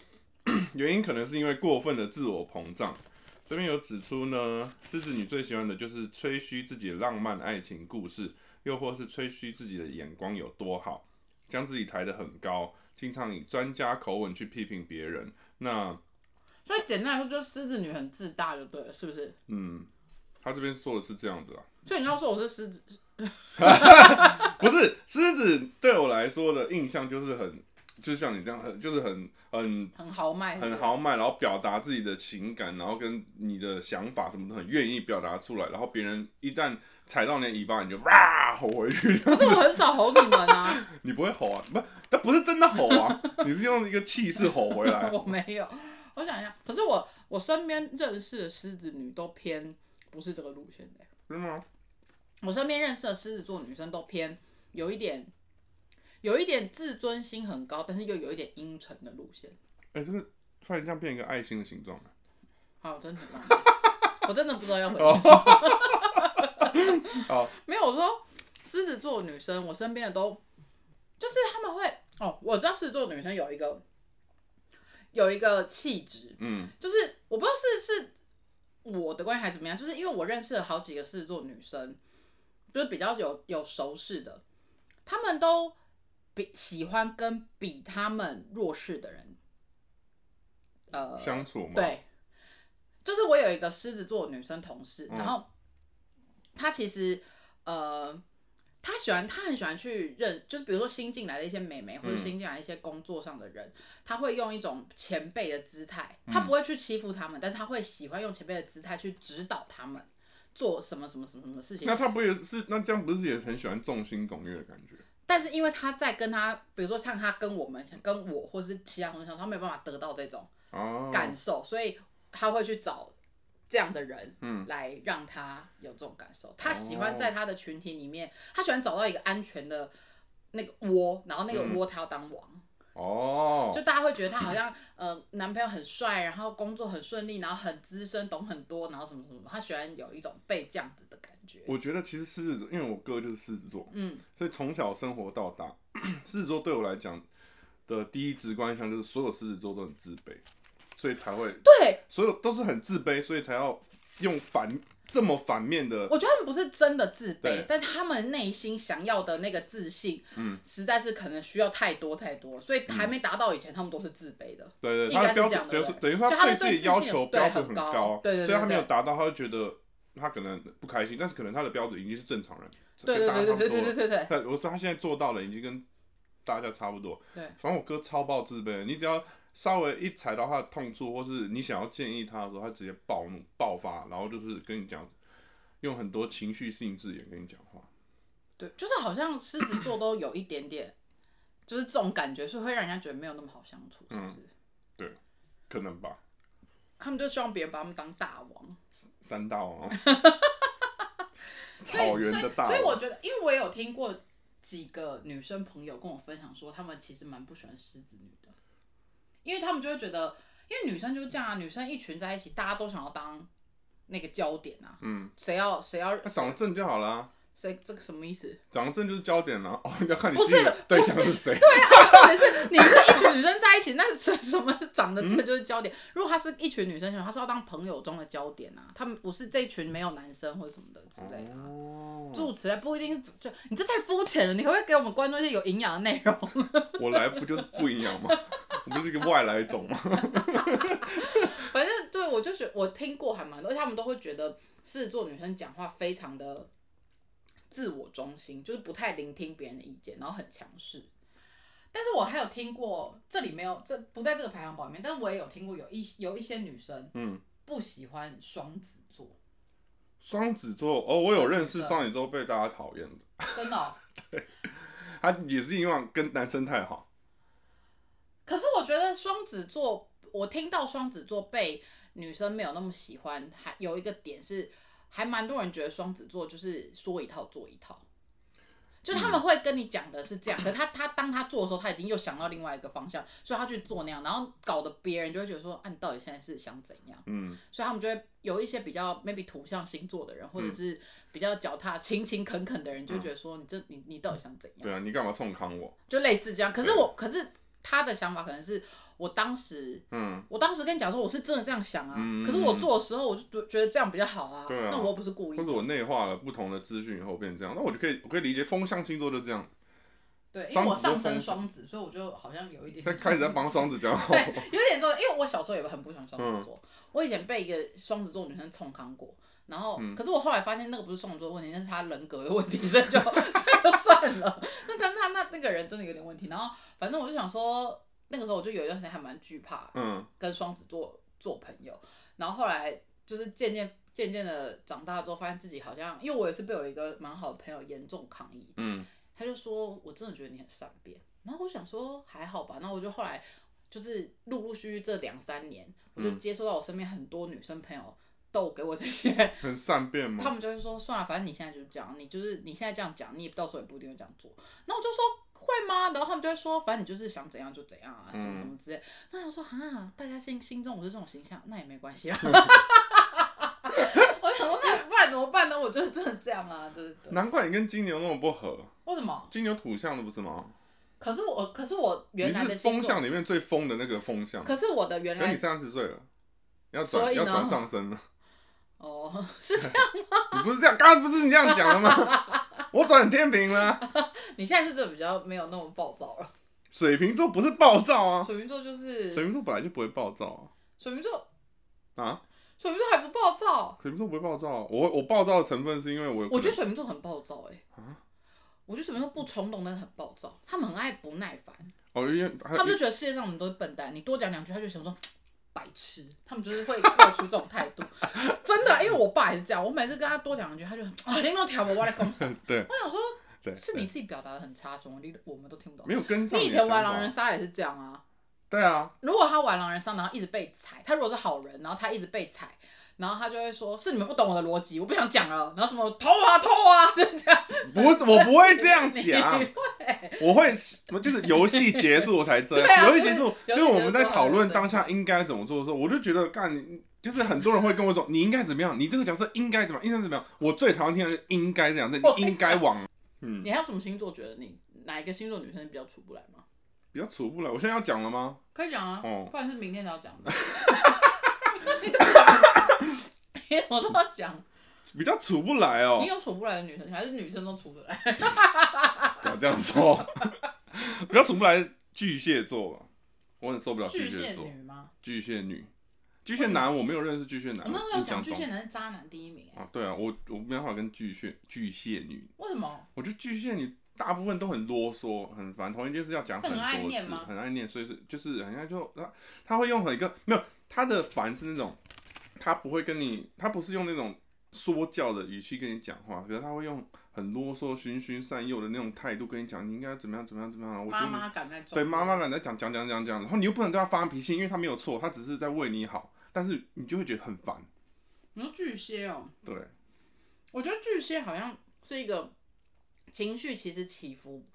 Speaker 1: 原因可能是因为过分的自我膨胀。这边有指出呢，狮子女最喜欢的就是吹嘘自己的浪漫爱情故事，又或是吹嘘自己的眼光有多好，将自己抬得很高，经常以专家口吻去批评别人。那
Speaker 2: 所以简单来说，就是狮子女很自大就对了，是不是？
Speaker 1: 嗯，他这边说的是这样子啊，
Speaker 2: 所以你要说我是狮子，
Speaker 1: 不是狮子对我来说的印象就是很，就是像你这样很，就是很很
Speaker 2: 很豪迈，
Speaker 1: 很豪迈，然后表达自己的情感，然后跟你的想法什么都很愿意表达出来，然后别人一旦踩到你的尾巴，你就哇吼回去，
Speaker 2: 可是我很少吼你们啊，
Speaker 1: 你不会吼啊？不，但不是真的吼 啊，你是用一个气势吼回 来。
Speaker 2: 我没有。我想一下，可是我我身边认识的狮子女都偏不是这个路线的、欸
Speaker 1: 真的吗？
Speaker 2: 我身边认识的狮子座女生都偏有一点，有一点自尊心很高，但是又有一点阴沉的路线。
Speaker 1: 哎、这个突然这样变一个爱心的形状了。啊
Speaker 2: 好，真的很浪 漫，我真的不知道要回
Speaker 1: 哦
Speaker 2: 答。
Speaker 1: 好，
Speaker 2: 没有，我说狮子座女生，我身边的都就是他们会哦，我知道狮子座女生有一个有一个气质，
Speaker 1: 嗯
Speaker 2: 就是我不知道是是我的关系还是怎么样，就是因为我认识了好几个狮子座女生，就是比较有有熟识的，她们都比喜欢跟比她们弱势的人，呃，
Speaker 1: 相处嘛。，
Speaker 2: 对，就是我有一个狮子座女生同事，
Speaker 1: 嗯
Speaker 2: 然后她其实呃，她喜欢，她很喜欢去认，就是比如说新进来的一些美眉，或者
Speaker 1: 嗯
Speaker 2: 新进来一些工作上的人，她会用一种前辈的姿态，
Speaker 1: 嗯
Speaker 2: 她不会去欺负他们，但是她会喜欢用前辈的姿态去指导他们做什么什么什么什么事情
Speaker 1: 那。他不也是？那这样不是也很喜欢众星拱月的感觉？
Speaker 2: 但是因为她在跟她，比如说像她跟我们、跟我或是其他同事相处，她没有办法得到这种。
Speaker 1: 哦，
Speaker 2: 感受，所以他会去找这样的人，
Speaker 1: 嗯哦
Speaker 2: 来让他有这种感受。他喜欢在他的群体里面，他喜欢找到一个安全的那个窝，然后那个窝他要当王，
Speaker 1: 嗯哦，
Speaker 2: 就大家会觉得他好像呃男朋友很帅，然后工作很顺利，然后很资深，懂很多，然后什么什么，他喜欢有一种被这样子的感觉。
Speaker 1: 我觉得其实狮子座，因为我哥就是狮子座，
Speaker 2: 嗯，
Speaker 1: 所以从小生活到大，狮子座对我来讲的第一直观印象就是所有狮子座都很自卑，所以才会
Speaker 2: 对，
Speaker 1: 所有都是很自卑，所以才要用反这么反面的。
Speaker 2: 我觉得他们不是真的自卑
Speaker 1: 对，
Speaker 2: 但他们内心想要的那个自信，嗯，实在是可能需要太多太多了，所以还没达到以前，他们都是自卑的。
Speaker 1: 对对，
Speaker 2: 应
Speaker 1: 他
Speaker 2: 该
Speaker 1: 的
Speaker 2: 是
Speaker 1: 标
Speaker 2: 这
Speaker 1: 准
Speaker 2: 样
Speaker 1: 等
Speaker 2: 对
Speaker 1: 于
Speaker 2: 不对
Speaker 1: 说等于说
Speaker 2: 就
Speaker 1: 他
Speaker 2: 他对
Speaker 1: 自己
Speaker 2: 自信
Speaker 1: 要求
Speaker 2: 有对
Speaker 1: 标准
Speaker 2: 很高
Speaker 1: 高，
Speaker 2: 对对对
Speaker 1: 所以他没有
Speaker 2: 对
Speaker 1: 达到，他会觉得他可能不开心，但是可能他的标准已经是正常人，
Speaker 2: 对对
Speaker 1: 跟大家
Speaker 2: 对对对
Speaker 1: 差不多
Speaker 2: 对对
Speaker 1: 了
Speaker 2: 对对，
Speaker 1: 那我说他现在做到了，已经跟大家差不多。
Speaker 2: 对
Speaker 1: 反正我哥超爆自卑，你只要稍微一踩到他的痛处，或是你想要建议他的时候，他直接暴怒爆发，然后就是跟你讲，用很多情绪性字眼跟你讲话。
Speaker 2: 对，就是好像狮子座都有一点点，就是这种感觉，所以会让人家觉得没有那么好相处，是不是？
Speaker 1: 嗯可能吧，
Speaker 2: 他们就希望别人把他们当大王，
Speaker 1: 三大 王，
Speaker 2: 所以
Speaker 1: 草原的大
Speaker 2: 所
Speaker 1: 王，
Speaker 2: 以所以我觉得，因为我也有听过几个女生朋友跟我分享说，她们其实蛮不喜欢狮子女的，因为她们就会觉得，因为女生就是这样啊，女生一群在一起，大家都想要当那个焦点啊，
Speaker 1: 嗯，
Speaker 2: 谁要谁要
Speaker 1: 他长得正就好啦，
Speaker 2: 谁这个什么意思？
Speaker 1: 长得正就是焦点啦。哦，要看你
Speaker 2: 不是
Speaker 1: 吸引的对
Speaker 2: 不
Speaker 1: 象
Speaker 2: 是
Speaker 1: 是谁，
Speaker 2: 啊重点是你们是一群女生在一起，那是什么长得这就是焦点？如果他是一群女生，他是要当朋友中的焦点啊，他们不是这一群没有男生或者什么的之类的啊。
Speaker 1: 哦
Speaker 2: 诸如此类，不一定是就你这太肤浅了，你可不可以给我们观众一些有营养的内容？
Speaker 1: 我来不就是不一样吗？ 我不是一个外来种吗？
Speaker 2: 反正对我就觉我听过还蛮多，而且他们都会觉得狮子座女生讲话非常的自我中心，就是不太聆听别人的意见，然后很强势。但是我还有听过，这里没有这不在这个排行榜里面，但我也有听过有一有一些女生
Speaker 1: 嗯，
Speaker 2: 不喜欢双子座，
Speaker 1: 双子座哦，我有认识双子座被大家讨厌的，
Speaker 2: 真的哦、
Speaker 1: 他也是因为跟男生太好。
Speaker 2: 可是我觉得双子座，我听到双子座被女生没有那么喜欢，还有一个点是，还蛮多人觉得双子座就是说一套做一套，就是他们会跟你讲的是这样，可他他当他做的时候，他已经又想到另外一个方向，所以他去做那样，然后搞得别人就会觉得说，啊，你到底现在是想怎样？
Speaker 1: 嗯，
Speaker 2: 所以他们就会有一些比较 maybe 土象星座的人，或者是比较脚踏勤勤恳恳的人，就会觉得说，你这你你到底想怎样？
Speaker 1: 对啊，你干嘛冲康我？
Speaker 2: 就类似这样。可是我，可是他的想法可能是我当时，
Speaker 1: 嗯，
Speaker 2: 我当时跟你讲说我是真的这样想啊，
Speaker 1: 嗯
Speaker 2: 可是我做的时候我就觉觉得这样比较好啊，
Speaker 1: 对啊
Speaker 2: 那我又不是故意
Speaker 1: 或者
Speaker 2: 的，
Speaker 1: 我内化了不同的资讯以后变成这样，那我就可以我可以理解风象星座就这样，
Speaker 2: 对，因为我上升
Speaker 1: 双子座
Speaker 2: 双子，所以我就好像有一点
Speaker 1: 在开始在帮嗯双子讲话。
Speaker 2: 对，有点这种，因为我小时候也很不喜欢双子座，我以前被一个双子座女生冲康过。然后，
Speaker 1: 嗯
Speaker 2: 可是我后来发现那个不是双子座的问题，那是她人格的问题，所以就 所以就算了。那但是她那那个人真的有点问题。然后，反正我就想说，那个时候我就有一段时间还蛮惧怕
Speaker 1: 嗯
Speaker 2: 跟双子座做朋友，然后后来就是渐渐渐渐的长大之后，发现自己好像，因为我也是被我一个蛮好的朋友严重抗议，
Speaker 1: 嗯
Speaker 2: 他就说我真的觉得你很善变，然后我想说还好吧，那我就后来就是陆陆续续这两三年，我就接收到我身边很多女生朋友都给我这些，
Speaker 1: 很善变
Speaker 2: 他
Speaker 1: 嘛。
Speaker 2: 们就会说算了，反正你现在就是这样，你就是你现在这样讲，你也到时候也不一定会这样做。然后我就说会吗？然后他们就会说，反正你就是想怎样就怎样啊，什
Speaker 1: 嗯
Speaker 2: 么什么之类。那我想说啊，大家心心中我是这种形象，那也没关系 啊。我想说那不然怎么办呢？我就是真的这样啊，对对对。
Speaker 1: 难怪你跟金牛那么不合，
Speaker 2: 为什么？
Speaker 1: 金牛土象的不是吗？
Speaker 2: 可是我，可是我原来
Speaker 1: 你
Speaker 2: 的
Speaker 1: 是
Speaker 2: 星
Speaker 1: 风
Speaker 2: 座，
Speaker 1: 象里面最疯的那个风象，
Speaker 2: 可是我的原
Speaker 1: 可是你
Speaker 2: 来
Speaker 1: 三十岁了，要
Speaker 2: 所
Speaker 1: 转
Speaker 2: 以呢
Speaker 1: 要转上升了。
Speaker 2: 哦是这样，
Speaker 1: 你不是这样，刚刚不是你这样讲的吗？我转天平了，
Speaker 2: 你现在是这比较没有那么暴躁了。
Speaker 1: 水瓶座不是暴躁啊，
Speaker 2: 水瓶座就是
Speaker 1: 水瓶座本来就不会暴躁
Speaker 2: 水瓶座，
Speaker 1: 啊，啊
Speaker 2: 水瓶座还不暴躁。
Speaker 1: 水瓶座不会暴躁啊、我我暴躁的成分是因为我有可能
Speaker 2: 我觉得水瓶座很暴躁哎、
Speaker 1: 啊
Speaker 2: 我觉得水瓶座不冲动，但是很暴躁，他们很爱不耐烦，
Speaker 1: 哦，因为
Speaker 2: 他们就觉得世界上我们都是笨蛋，你多讲两句他就想说白痴，他们就是会露出这种态度， 真的，因为我爸也是这样，我每次跟他多讲两句，他就啊，你给 我挑拨我来攻上，
Speaker 1: 对
Speaker 2: 我想说
Speaker 1: 对
Speaker 2: 是你自己表达的很差，什么你我们都听不懂。
Speaker 1: 没有跟上
Speaker 2: 你以
Speaker 1: 的想
Speaker 2: 前
Speaker 1: 法
Speaker 2: 玩狼人杀也是这样啊，
Speaker 1: 对啊，
Speaker 2: 如果他玩狼人杀，然后一直被踩，他如果是好人，然后他一直被踩，然后他就会说：“是你们不懂我的逻辑，我不想讲了。”然后什么投啊投啊，就这样。
Speaker 1: 不会，我不会这样 讲
Speaker 2: 你，
Speaker 1: 我会 我就是游戏结束我才这
Speaker 2: 对啊
Speaker 1: 样。游戏结束
Speaker 2: 就是
Speaker 1: 就是我们在讨论当下应该怎么做的时候，我就觉得干，你就是很多人会跟我说你应该怎么样，你这个角色应该怎么样，应该怎么样。我最讨厌听的是应该这样，你应该往嗯
Speaker 2: 你还有什么星座觉得你哪一个星座女生比较处不来吗？
Speaker 1: 比较处不来。我现在要讲了吗？
Speaker 2: 可以讲啊，
Speaker 1: 哦
Speaker 2: 不然是明天才要讲的。 你怎么这么讲？
Speaker 1: 比较处不来
Speaker 2: 你
Speaker 1: 哦，
Speaker 2: 有处不来的女生，还是女生都处不来？
Speaker 1: 不哦要这样说， 比较处不来巨蟹座吧，我很受不了哦巨
Speaker 2: 巨
Speaker 1: 蟹
Speaker 2: 蟹
Speaker 1: 座，嗯
Speaker 2: 女吗？
Speaker 1: 巨蟹女，巨蟹男我没有认识巨蟹男，
Speaker 2: 我们那时候
Speaker 1: 印
Speaker 2: 讲
Speaker 1: 象
Speaker 2: 巨
Speaker 1: 中
Speaker 2: 蟹男是渣男第一名、欸，
Speaker 1: 啊，对啊，我我没办法跟巨蟹巨蟹女，
Speaker 2: 为什么？
Speaker 1: 我觉得巨蟹女大部分都很啰嗦，很烦，同一件事要讲
Speaker 2: 这很爱
Speaker 1: 多
Speaker 2: 念
Speaker 1: 次，
Speaker 2: 吗
Speaker 1: 很爱念，所以是就是人家就他他会用很一个没有他的烦是那种他不会跟你，他不是用那种说教的语气跟你讲话，可是他会用很啰嗦、循循善诱的那种态度跟你讲，你应该怎么样怎么样怎么样，我觉
Speaker 2: 妈
Speaker 1: 得
Speaker 2: 妈感在重。
Speaker 1: 对妈妈懒在讲讲讲讲讲，然后你又不能对他发脾气，因为他没有错，他只是在为你好，但是你就会觉得很烦，
Speaker 2: 你说巨蟹哦、
Speaker 1: 对，
Speaker 2: 我觉得巨蟹好像是一个情绪其实起伏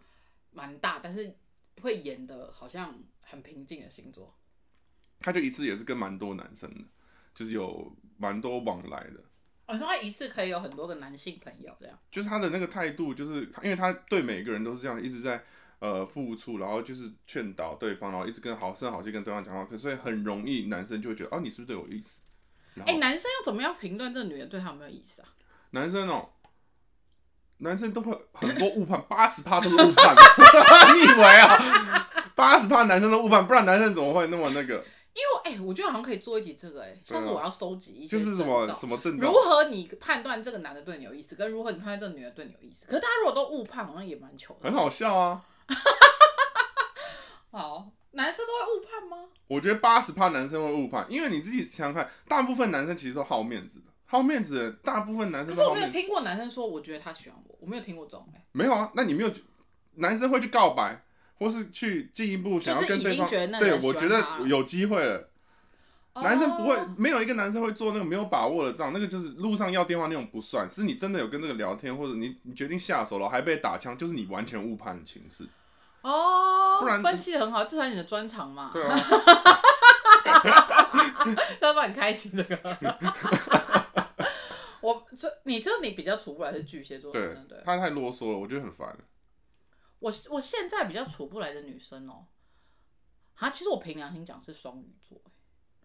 Speaker 2: 蛮大，但是会演的好像很平静的星座。
Speaker 1: 他就一次也是跟蛮多男生的，就是有蛮多往来的。
Speaker 2: 我、哦、你说他一次可以有很多个男性朋友这样，
Speaker 1: 就是他的那个态度，就是他因为他对每个人都是这样，一直在呃付出，然后就是劝导对方，然后一直跟好声好气跟对方讲话，可所以很容易男生就会觉得，哦、你是不是对我有意思？然
Speaker 2: 哎、
Speaker 1: 后
Speaker 2: 男生要怎么样评断这女人对他有没有意思啊？
Speaker 1: 男生哦、男生都会很多误判，八十趴都是误判， 你以为啊？八十趴男生都误判，不然男生怎么会那么那个？
Speaker 2: 因为我哎、我觉得好像可以做一集这个哎、
Speaker 1: 对
Speaker 2: 下
Speaker 1: 啊
Speaker 2: 次我要收集一些
Speaker 1: 就是什么
Speaker 2: 征兆
Speaker 1: 什么症
Speaker 2: 如
Speaker 1: 状？
Speaker 2: 何你判断这个男的对你有意思，跟如何你判断这个女的对你有意思。可是大家如果都误判，好像也蛮糗的。
Speaker 1: 很好笑啊！
Speaker 2: 好，男生都会误判吗？
Speaker 1: 我觉得八十趴男生会误判，因为你自己想想看，大部分男生其实都好面子的，好面子的，大部分男
Speaker 2: 可
Speaker 1: 生
Speaker 2: 是
Speaker 1: 都
Speaker 2: 我
Speaker 1: 好
Speaker 2: 没有
Speaker 1: 面子。
Speaker 2: 听过男生说我觉得他喜欢我，我没有听过这种哎、
Speaker 1: 没有啊，那你没有觉，男生会去告白，或是去进一步想要
Speaker 2: 就是
Speaker 1: 跟
Speaker 2: 已
Speaker 1: 对
Speaker 2: 经
Speaker 1: 方，
Speaker 2: 觉得那个
Speaker 1: 对
Speaker 2: 人喜
Speaker 1: 我
Speaker 2: 欢
Speaker 1: 觉
Speaker 2: 他
Speaker 1: 得
Speaker 2: 了
Speaker 1: 有机会了，男生不会
Speaker 2: 哦，
Speaker 1: 没有一个男生会做那个没有把握的账，那个就是路上要电话那种不算，是你真的有跟这个聊天，或者你你决定下手了还被打枪，就是你完全误判情 势。
Speaker 2: 哦，
Speaker 1: 不然
Speaker 2: 分析的很好，这才是你的专长嘛。
Speaker 1: 对啊，
Speaker 2: 要帮你开启这个。 我这你这你比较处不来是巨蟹座，
Speaker 1: 对
Speaker 2: 不对，？
Speaker 1: 他太啰嗦了，我觉得很烦。
Speaker 2: 我我现在比较处不来的女生哦、啊，其实我凭良心讲是双鱼座、欸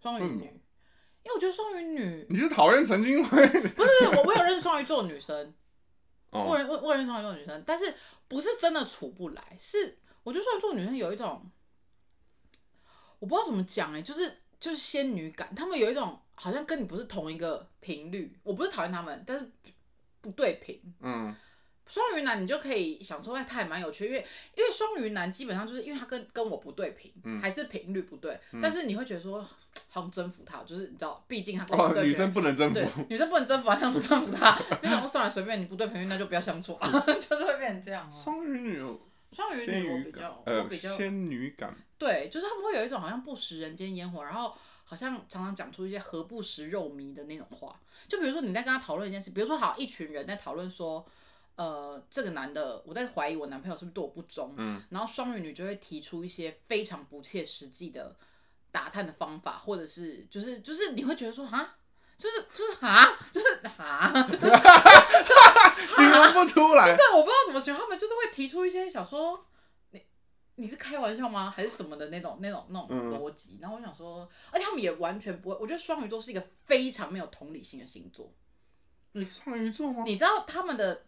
Speaker 2: 双鱼
Speaker 1: 为什么
Speaker 2: 女，因为我觉得双鱼女
Speaker 1: 你就讨厌陈金辉
Speaker 2: 不是不是我我有认识双鱼座的女 生，我
Speaker 1: 哦，
Speaker 2: 有认我我有认识双鱼座的女生，但是不是真的处不来，是我觉得双鱼座的女生有一种我不知道怎么讲哎、就是就是仙女感，她们有一种好像跟你不是同一个频率，我不是讨厌她们，但是不对频，
Speaker 1: 嗯，
Speaker 2: 双鱼男你就可以想说，哎，他也蛮有趣，因为因为双鱼男基本上就是因为他跟跟我不对频，
Speaker 1: 嗯
Speaker 2: 还是频率不对，但是你会觉得说，好像征服他，就是你知道，毕竟他跟我不
Speaker 1: 哦，
Speaker 2: 对
Speaker 1: 女
Speaker 2: 频
Speaker 1: 生不能征服
Speaker 2: 对，女生不能征服啊，但不征服他， 那种算了，随便你不对频率，那就不要相处啊， 就是会变成这样哦。
Speaker 1: 双鱼女有
Speaker 2: 双鱼
Speaker 1: 仙
Speaker 2: 女我
Speaker 1: 女
Speaker 2: 比
Speaker 1: 感
Speaker 2: 较，，我
Speaker 1: 呃，
Speaker 2: 比较
Speaker 1: 仙女感，
Speaker 2: 对，就是他们会有一种好像不食人间烟火，然后好像常常讲出一些何不食肉糜的那种话。就比如说你在跟他讨论一件事，比如说好一群人在讨论说，呃，这个男的我在怀疑我男朋友是不是对我不忠，嗯、然后双鱼女就会提出一些非常不切实际的打探的方法，或者是就是就是你会觉得说啊。就是就是啊，就是啊，就是
Speaker 1: 形容不出来。
Speaker 2: 但我不知道怎么形容，他们就是会提出一些想说，你你是开玩笑吗？还是什么的那种那种那种
Speaker 1: 嗯
Speaker 2: 逻辑。然后我想说，而且他们也完全不会，我觉得双鱼座是一个非常没有同理心的星座。
Speaker 1: 你双鱼座吗？
Speaker 2: 你知道他们的，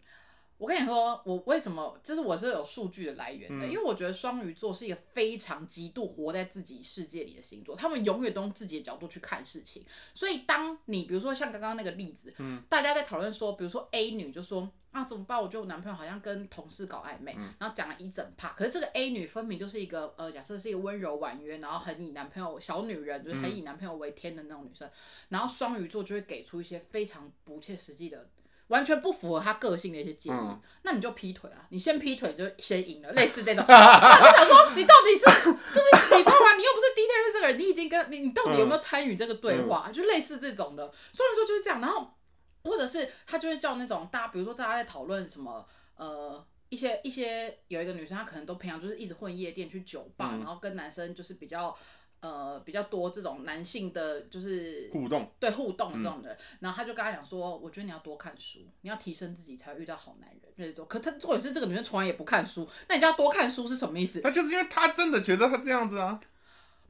Speaker 2: 我跟你说，我为什么就是我是有数据的来源的，因为我觉得双鱼座是一个非常极度活在自己世界里的星座，他们永远都用自己的角度去看事情。所以当你比如说像刚刚那个例子，大家在讨论说，比如说 A 女就说啊怎么办？我觉得我男朋友好像跟同事搞暧昧，然后讲了一整趴。可是这个 A 女分明就是一个呃，假设是一个温柔婉约，然后很以男朋友小女人，就是很以男朋友为天的那种女生。然后双鱼座就会给出一些非常不切实际的。完全不符合她个性的一些建议，
Speaker 1: 嗯
Speaker 2: 那你就劈腿啊！你先劈腿就先赢了，类似这 种。我想说，你到底是就是你知道吗？你又不是第一天认识这个人，你已经跟你你到底有没
Speaker 1: 嗯
Speaker 2: 有参与这个对话？就类似这种的，双鱼座就是这样。然后或者是他就会叫那种大家，比如说大家在讨论什么呃一些一些有一个女生，她可能都平常就是一直混夜店去酒吧，
Speaker 1: 嗯
Speaker 2: 然后跟男生就是比较呃比较多这种男性的就是
Speaker 1: 互动，
Speaker 2: 对互动的这种人，然后他就跟他讲说，我觉得你要多看书，你要提升自己才会遇到好男人那种。可他重点是这个女生从来也不看书，那你叫她多看书是什么意思？
Speaker 1: 他就是因为他真的觉得他这样子啊。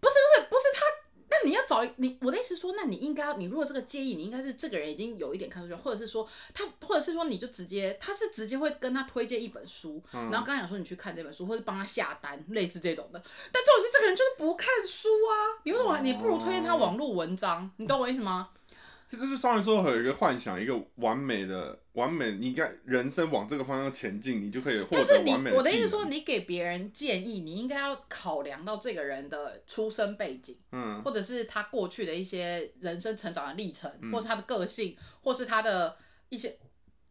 Speaker 2: 不是不是他，那你要找一你我的意思是说，那你应该要你如果这个建议，你应该是这个人已经有一点看出去，或者是说他，或者是说你就直接他是直接会跟他推荐一本书，然后跟他讲说你去看这本书，或者帮他下单，类似这种的。但重点是这个人就是不看书啊，你为什么你不如推荐他网络文章？你懂我意思吗？
Speaker 1: 就是双鱼座会有一个幻想，一个完美的完美，你应该人生往这个方向前进，你就可以获
Speaker 2: 但是
Speaker 1: 得
Speaker 2: 你
Speaker 1: 完美
Speaker 2: 我的
Speaker 1: 的
Speaker 2: 意
Speaker 1: 技
Speaker 2: 思
Speaker 1: 能
Speaker 2: 说，，你给别人建议，你应该要考量到这个人的出身背景，
Speaker 1: 嗯，
Speaker 2: 或者是他过去的一些人生成长的历程，
Speaker 1: 嗯
Speaker 2: 或是他的个性，或是他的一些，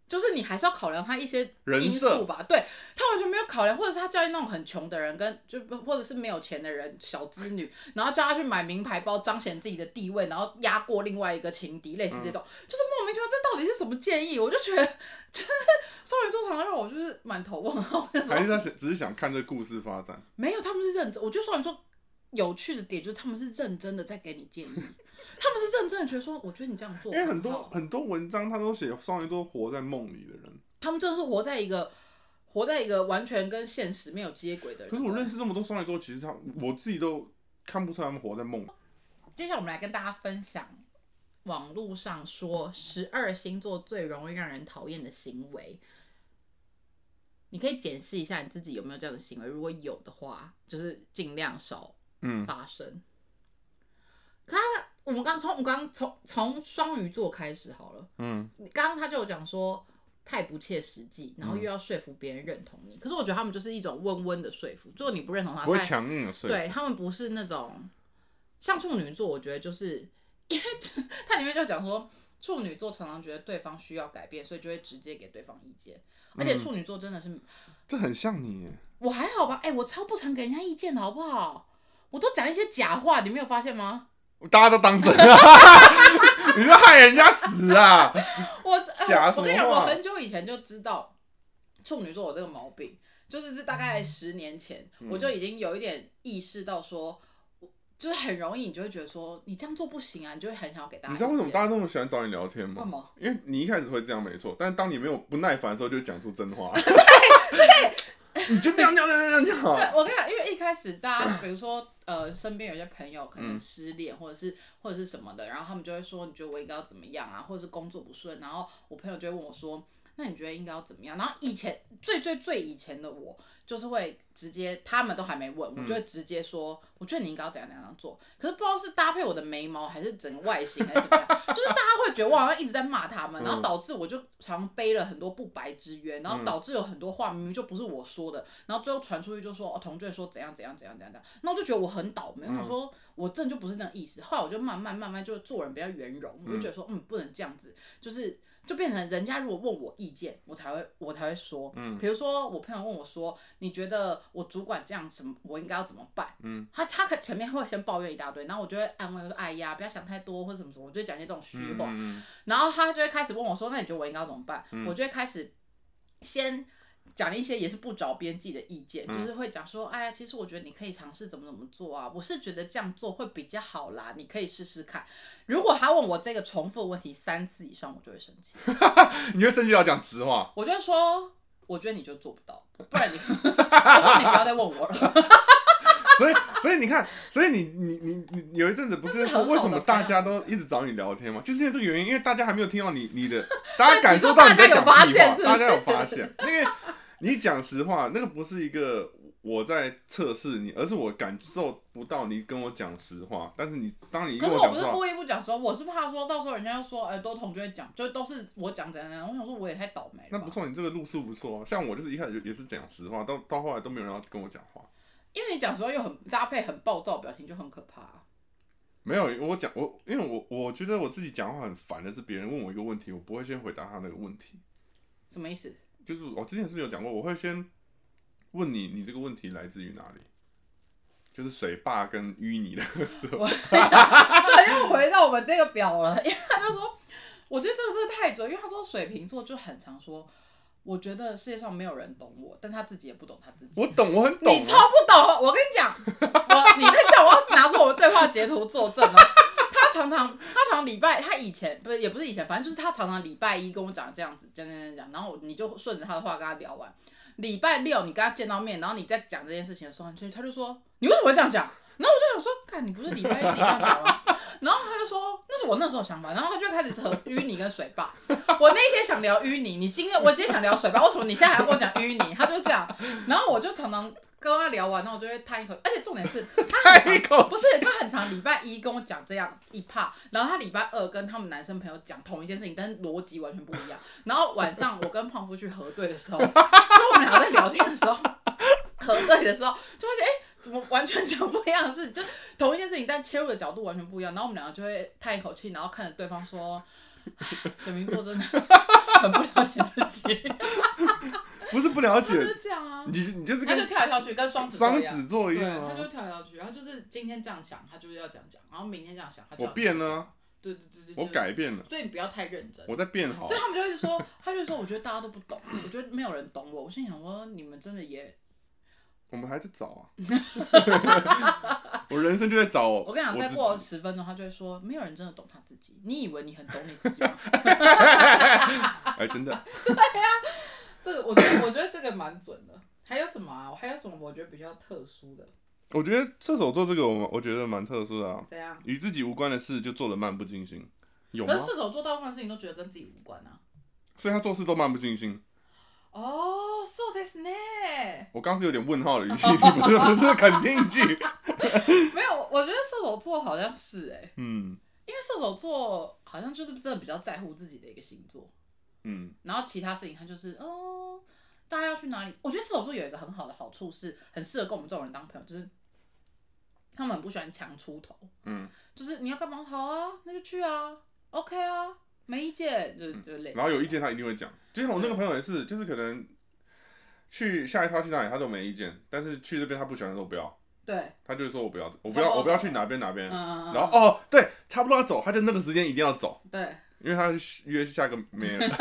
Speaker 2: 就是你还是要考量他一些
Speaker 1: 人
Speaker 2: 因
Speaker 1: 设
Speaker 2: 素吧。对他完全没有考量，或者是他教育那种很穷的人，跟就或者是没有钱的人小资 女，然后叫他去买名牌包，彰显自己的地位，然后压过另外一个情敌，类似这种，
Speaker 1: 嗯
Speaker 2: 就是莫名其妙，这到底是什么建议？我就觉得， 就是双鱼座常常让我就是满头问号。我就说
Speaker 1: 还是他想只是想看这故事发展。
Speaker 2: 没有，他们是认真。我觉得双鱼座有趣的点就是他们是认真的在给你建议，他们是认真的觉得说，我觉得你这样做
Speaker 1: 因为很多
Speaker 2: 好
Speaker 1: 很多文章他都写双鱼座活在梦里的人，
Speaker 2: 他们真的是活在一个活在一个完全跟现实没有接轨的人。
Speaker 1: 可是我认识这么多双鱼座，其实他我自己都看不出来他们活在梦里。
Speaker 2: 接下来我们来跟大家分享网络上说十二星座最容易让人讨厌的行为。你可以检视一下你自己有没有这样的行为，如果有的话，就是尽量少
Speaker 1: 嗯，
Speaker 2: 发生。可他，我们刚从我们刚从从双鱼座开始好了。
Speaker 1: 嗯，
Speaker 2: 你刚刚他就有讲说太不切实际，然后
Speaker 1: 嗯
Speaker 2: 又要说服别人认同你。可是我觉得他们就是一种温温的说服，最后你不认同他，
Speaker 1: 不会
Speaker 2: 他也
Speaker 1: 强硬的睡。
Speaker 2: 对他们不是那种像处女座，我觉得就是因为 它里面就讲说，处女座常常觉得对方需要改变，所以就会直接给对方意见，而
Speaker 1: 嗯
Speaker 2: 且处女座真的是、
Speaker 1: 这很像你耶，
Speaker 2: 我还好吧？哎、我超不常给人家意见的好不好？我都讲一些假话，你没有发现吗？
Speaker 1: 大家都当真啊！ 你说害人家死啊！
Speaker 2: 我这
Speaker 1: 假
Speaker 2: 哎我
Speaker 1: 什么
Speaker 2: 跟你讲，
Speaker 1: 话
Speaker 2: 我很久以前就知道处女座有这个毛病，就是这大概十年前、
Speaker 1: 嗯
Speaker 2: 我就已经有一点意识到说，我就是很容易你就会觉得说你这样做不行啊，你就会很想要给大家
Speaker 1: 你知道为什么大
Speaker 2: 家
Speaker 1: 家那哦么喜欢找你聊天
Speaker 2: 为什
Speaker 1: 吗？
Speaker 2: 么？
Speaker 1: 因为你一开始会这样没错，但是当你没有不耐烦的时候，就讲出真话。你就那样那样那样那样那
Speaker 2: 对
Speaker 1: 样。，
Speaker 2: 我跟你讲，因为一开始大家，比如说呃，身边有些朋友可
Speaker 1: 嗯
Speaker 2: 能失恋，或者是或者是什么的，然后他们就会说，你觉得我应该要怎么样啊，或者是工作不顺，然后我朋友就会问我说，那你觉得应该要怎么样？然后以前最最最以前的我，就是会直接，他们都还没问，我就会直接说，我觉得你应该要怎样怎样怎样做。可是不知道是搭配我的眉毛，还是整个外形，还是怎么样，就是大家会觉得我好像一直在骂他们，然后导致我就常背了很多不白之冤，然后导致有很多话明明就不是我说的，然后最后传出去就说哦，同志说怎样怎样怎样怎样怎样，那我就觉得我很倒霉，我想说我真的就不是那个意思。后来我就慢慢慢慢就做人比较圆融，我就觉得说嗯，不能这样子，就是就变成人家如果问我意见，我才会我才会说，嗯，比如说我朋友问我说，你觉得我主管这样什么，我应该要怎么办？嗯，他他可前面会先抱怨一大堆，然后我就会安慰他说，哎呀，不要想太多或者什么什么，我就会讲一些这种虚话，
Speaker 1: 嗯，
Speaker 2: 然后他就会开始问我说：“那你觉得我应该怎么办？”我就会开始先讲一些也是不着边际的意见，
Speaker 1: 嗯
Speaker 2: 就是会讲说：“哎呀，其实我觉得你可以尝试怎么怎么做啊，我是觉得这样做会比较好啦，你可以试试看。”如果他问我这个重复的问题三次以上，我就会生气，
Speaker 1: 你就生气要讲实话，
Speaker 2: 我就会说：“我觉得你就做不到，不然你， 我说你不要再问我了。
Speaker 1: 所以所以你看，所以你你你你有一阵子不
Speaker 2: 这
Speaker 1: 是
Speaker 2: 是很
Speaker 1: 说
Speaker 2: 好的
Speaker 1: 为什么大家都一直找你聊天吗？就是因为这个原因，因为大家还没有听到你你的，大家感受到你在讲屁
Speaker 2: 你说大家有发现是，
Speaker 1: 话
Speaker 2: 不是
Speaker 1: 大家有发现，因为你讲实话，那个不是一个我在测试你，而是我感受不到你跟我讲实话，但是你当你”
Speaker 2: 可
Speaker 1: 跟
Speaker 2: 是
Speaker 1: 我
Speaker 2: 我
Speaker 1: 讲
Speaker 2: 不
Speaker 1: 实
Speaker 2: 是
Speaker 1: 话，
Speaker 2: 故意不讲说，我是怕说到时候人家说：“哎，都同学讲，就都是我讲怎样怎样。”我想说我也太倒霉
Speaker 1: 那
Speaker 2: 了吧。
Speaker 1: 不错，你这个路数不错、啊。像我就是一开始就也是讲实话，到到后来都没有人要跟我讲话。
Speaker 2: 因为你讲实话又很搭配很暴躁的表情，就很可怕、啊
Speaker 1: 没有，我讲我，因为我我觉得我自己讲话很烦的是，别人问我一个问题，我不会先回答他那个问题。
Speaker 2: 什么意思？
Speaker 1: 就是我之前是不是有讲过，我会先问你，你这个问题来自于哪里？就是水坝跟淤泥的，
Speaker 2: 这又回到我们这个表了， 因为他就说，我觉得这个真的太准，因为他说水瓶座就很常说，我觉得世界上没有人懂我，但他自己也不懂他自己。
Speaker 1: 我懂，我很懂啊
Speaker 2: 你超不懂，我跟你讲，我你在叫我要拿出我们对话截图作证吗？他常常，他常礼拜，他以前不是也不是以前，反正就是他常常礼拜一跟我讲这样子，讲讲讲讲，然后你就顺着他的话跟他聊完。礼拜六你跟他见到面，然后你在讲这件事情的时候，就他就说你为什么会这样讲？然后我就想说，看你不是礼拜一自己这样讲吗？然后他就说那是我那时候想法，然后他就开始扯淤泥跟水坝。我那一天想聊淤泥，你今天我今天想聊水坝，为什么你现在还要跟我讲淤泥？他就这样，然后我就常常跟他聊完，然后我就会叹一口，而且重点是他很常
Speaker 1: 开一口
Speaker 2: 不是，他很常礼拜一跟我讲这样一 part，然后他礼拜二跟他们男生朋友讲同一件事情，但是逻辑完全不一样。然后晚上我跟胖夫去核对的时候，因为我们俩在聊天的时候，核对的时候就发现，哎、怎么完全讲不一样的事情？就同一件事情，但切入的角度完全不一样。然后我们两个就会叹一口气，然后看着对方说：“啊水瓶座 真的很不了解自己。
Speaker 1: 不是不了”
Speaker 2: 他就
Speaker 1: 解，
Speaker 2: 是这样啊，
Speaker 1: 你你就是
Speaker 2: 他就
Speaker 1: 跟
Speaker 2: 跳来跳去，跟双子座
Speaker 1: 双
Speaker 2: 一样。
Speaker 1: 子座一
Speaker 2: 对，
Speaker 1: 样
Speaker 2: 他就
Speaker 1: 啊。
Speaker 2: 跳来跳去，然后就是今天这样想，他就是要这样讲，然后明天这样想，他就
Speaker 1: 我
Speaker 2: 要这样
Speaker 1: 变了啊，
Speaker 2: 讲，对对对对，
Speaker 1: 我
Speaker 2: 对，
Speaker 1: 改变了，
Speaker 2: 所以你不要太认真。
Speaker 1: 我在变好啊
Speaker 2: 所以。他们就一直说，他就说，我觉得大家都不懂，我觉得没有人懂我。我心想说，你们真的也，
Speaker 1: 我们还在找啊， 我人生就在找。
Speaker 2: 我跟你讲，再
Speaker 1: 哦自己
Speaker 2: 过十分钟，他就会说，没有人真的懂他自己。你以为你很懂你自己吗？
Speaker 1: 哎，真的，
Speaker 2: 这个我觉得，我觉得这个蛮准的。还有什么啊？还有什么我觉得比较特殊的？
Speaker 1: 我觉得射手座这个我我觉得蛮特殊的啊，
Speaker 2: 怎样？
Speaker 1: 与自己无关的事就做的漫不经心，有吗
Speaker 2: 可？是射手座大部分事情都觉得跟自己无关啊。
Speaker 1: 所以他做事都漫不经心。
Speaker 2: 哦、s o this 呢？
Speaker 1: 我刚刚是有点问号的语气，你 不是不是肯定句。
Speaker 2: 没有，我觉得射手座好像是哎、
Speaker 1: 嗯
Speaker 2: 因为射手座好像就是真的比较在乎自己的一个星座，
Speaker 1: 嗯，
Speaker 2: 然后其他事情他就是哦，大家要去哪里？我觉得射手座有一个很好的好处是，很适合跟我们这种人当朋友，就是他们很不喜欢强出头，
Speaker 1: 嗯，
Speaker 2: 就是你要干嘛好啊，那就去啊，OK 啊，没意见，就就类似。
Speaker 1: 然后有意见他一定会讲。就像我那个朋友也是，就是可能去下一套去哪里他都没意见，但是去这边他不喜欢的都不要。
Speaker 2: 对，
Speaker 1: 他就会说我不要，我不
Speaker 2: 差不
Speaker 1: 要，
Speaker 2: 多
Speaker 1: 我不要去哪边哪边。
Speaker 2: 嗯，
Speaker 1: 然后哦，对，差不多要走，他就那个时间一定要走，
Speaker 2: 对
Speaker 1: 因为他约下个没人。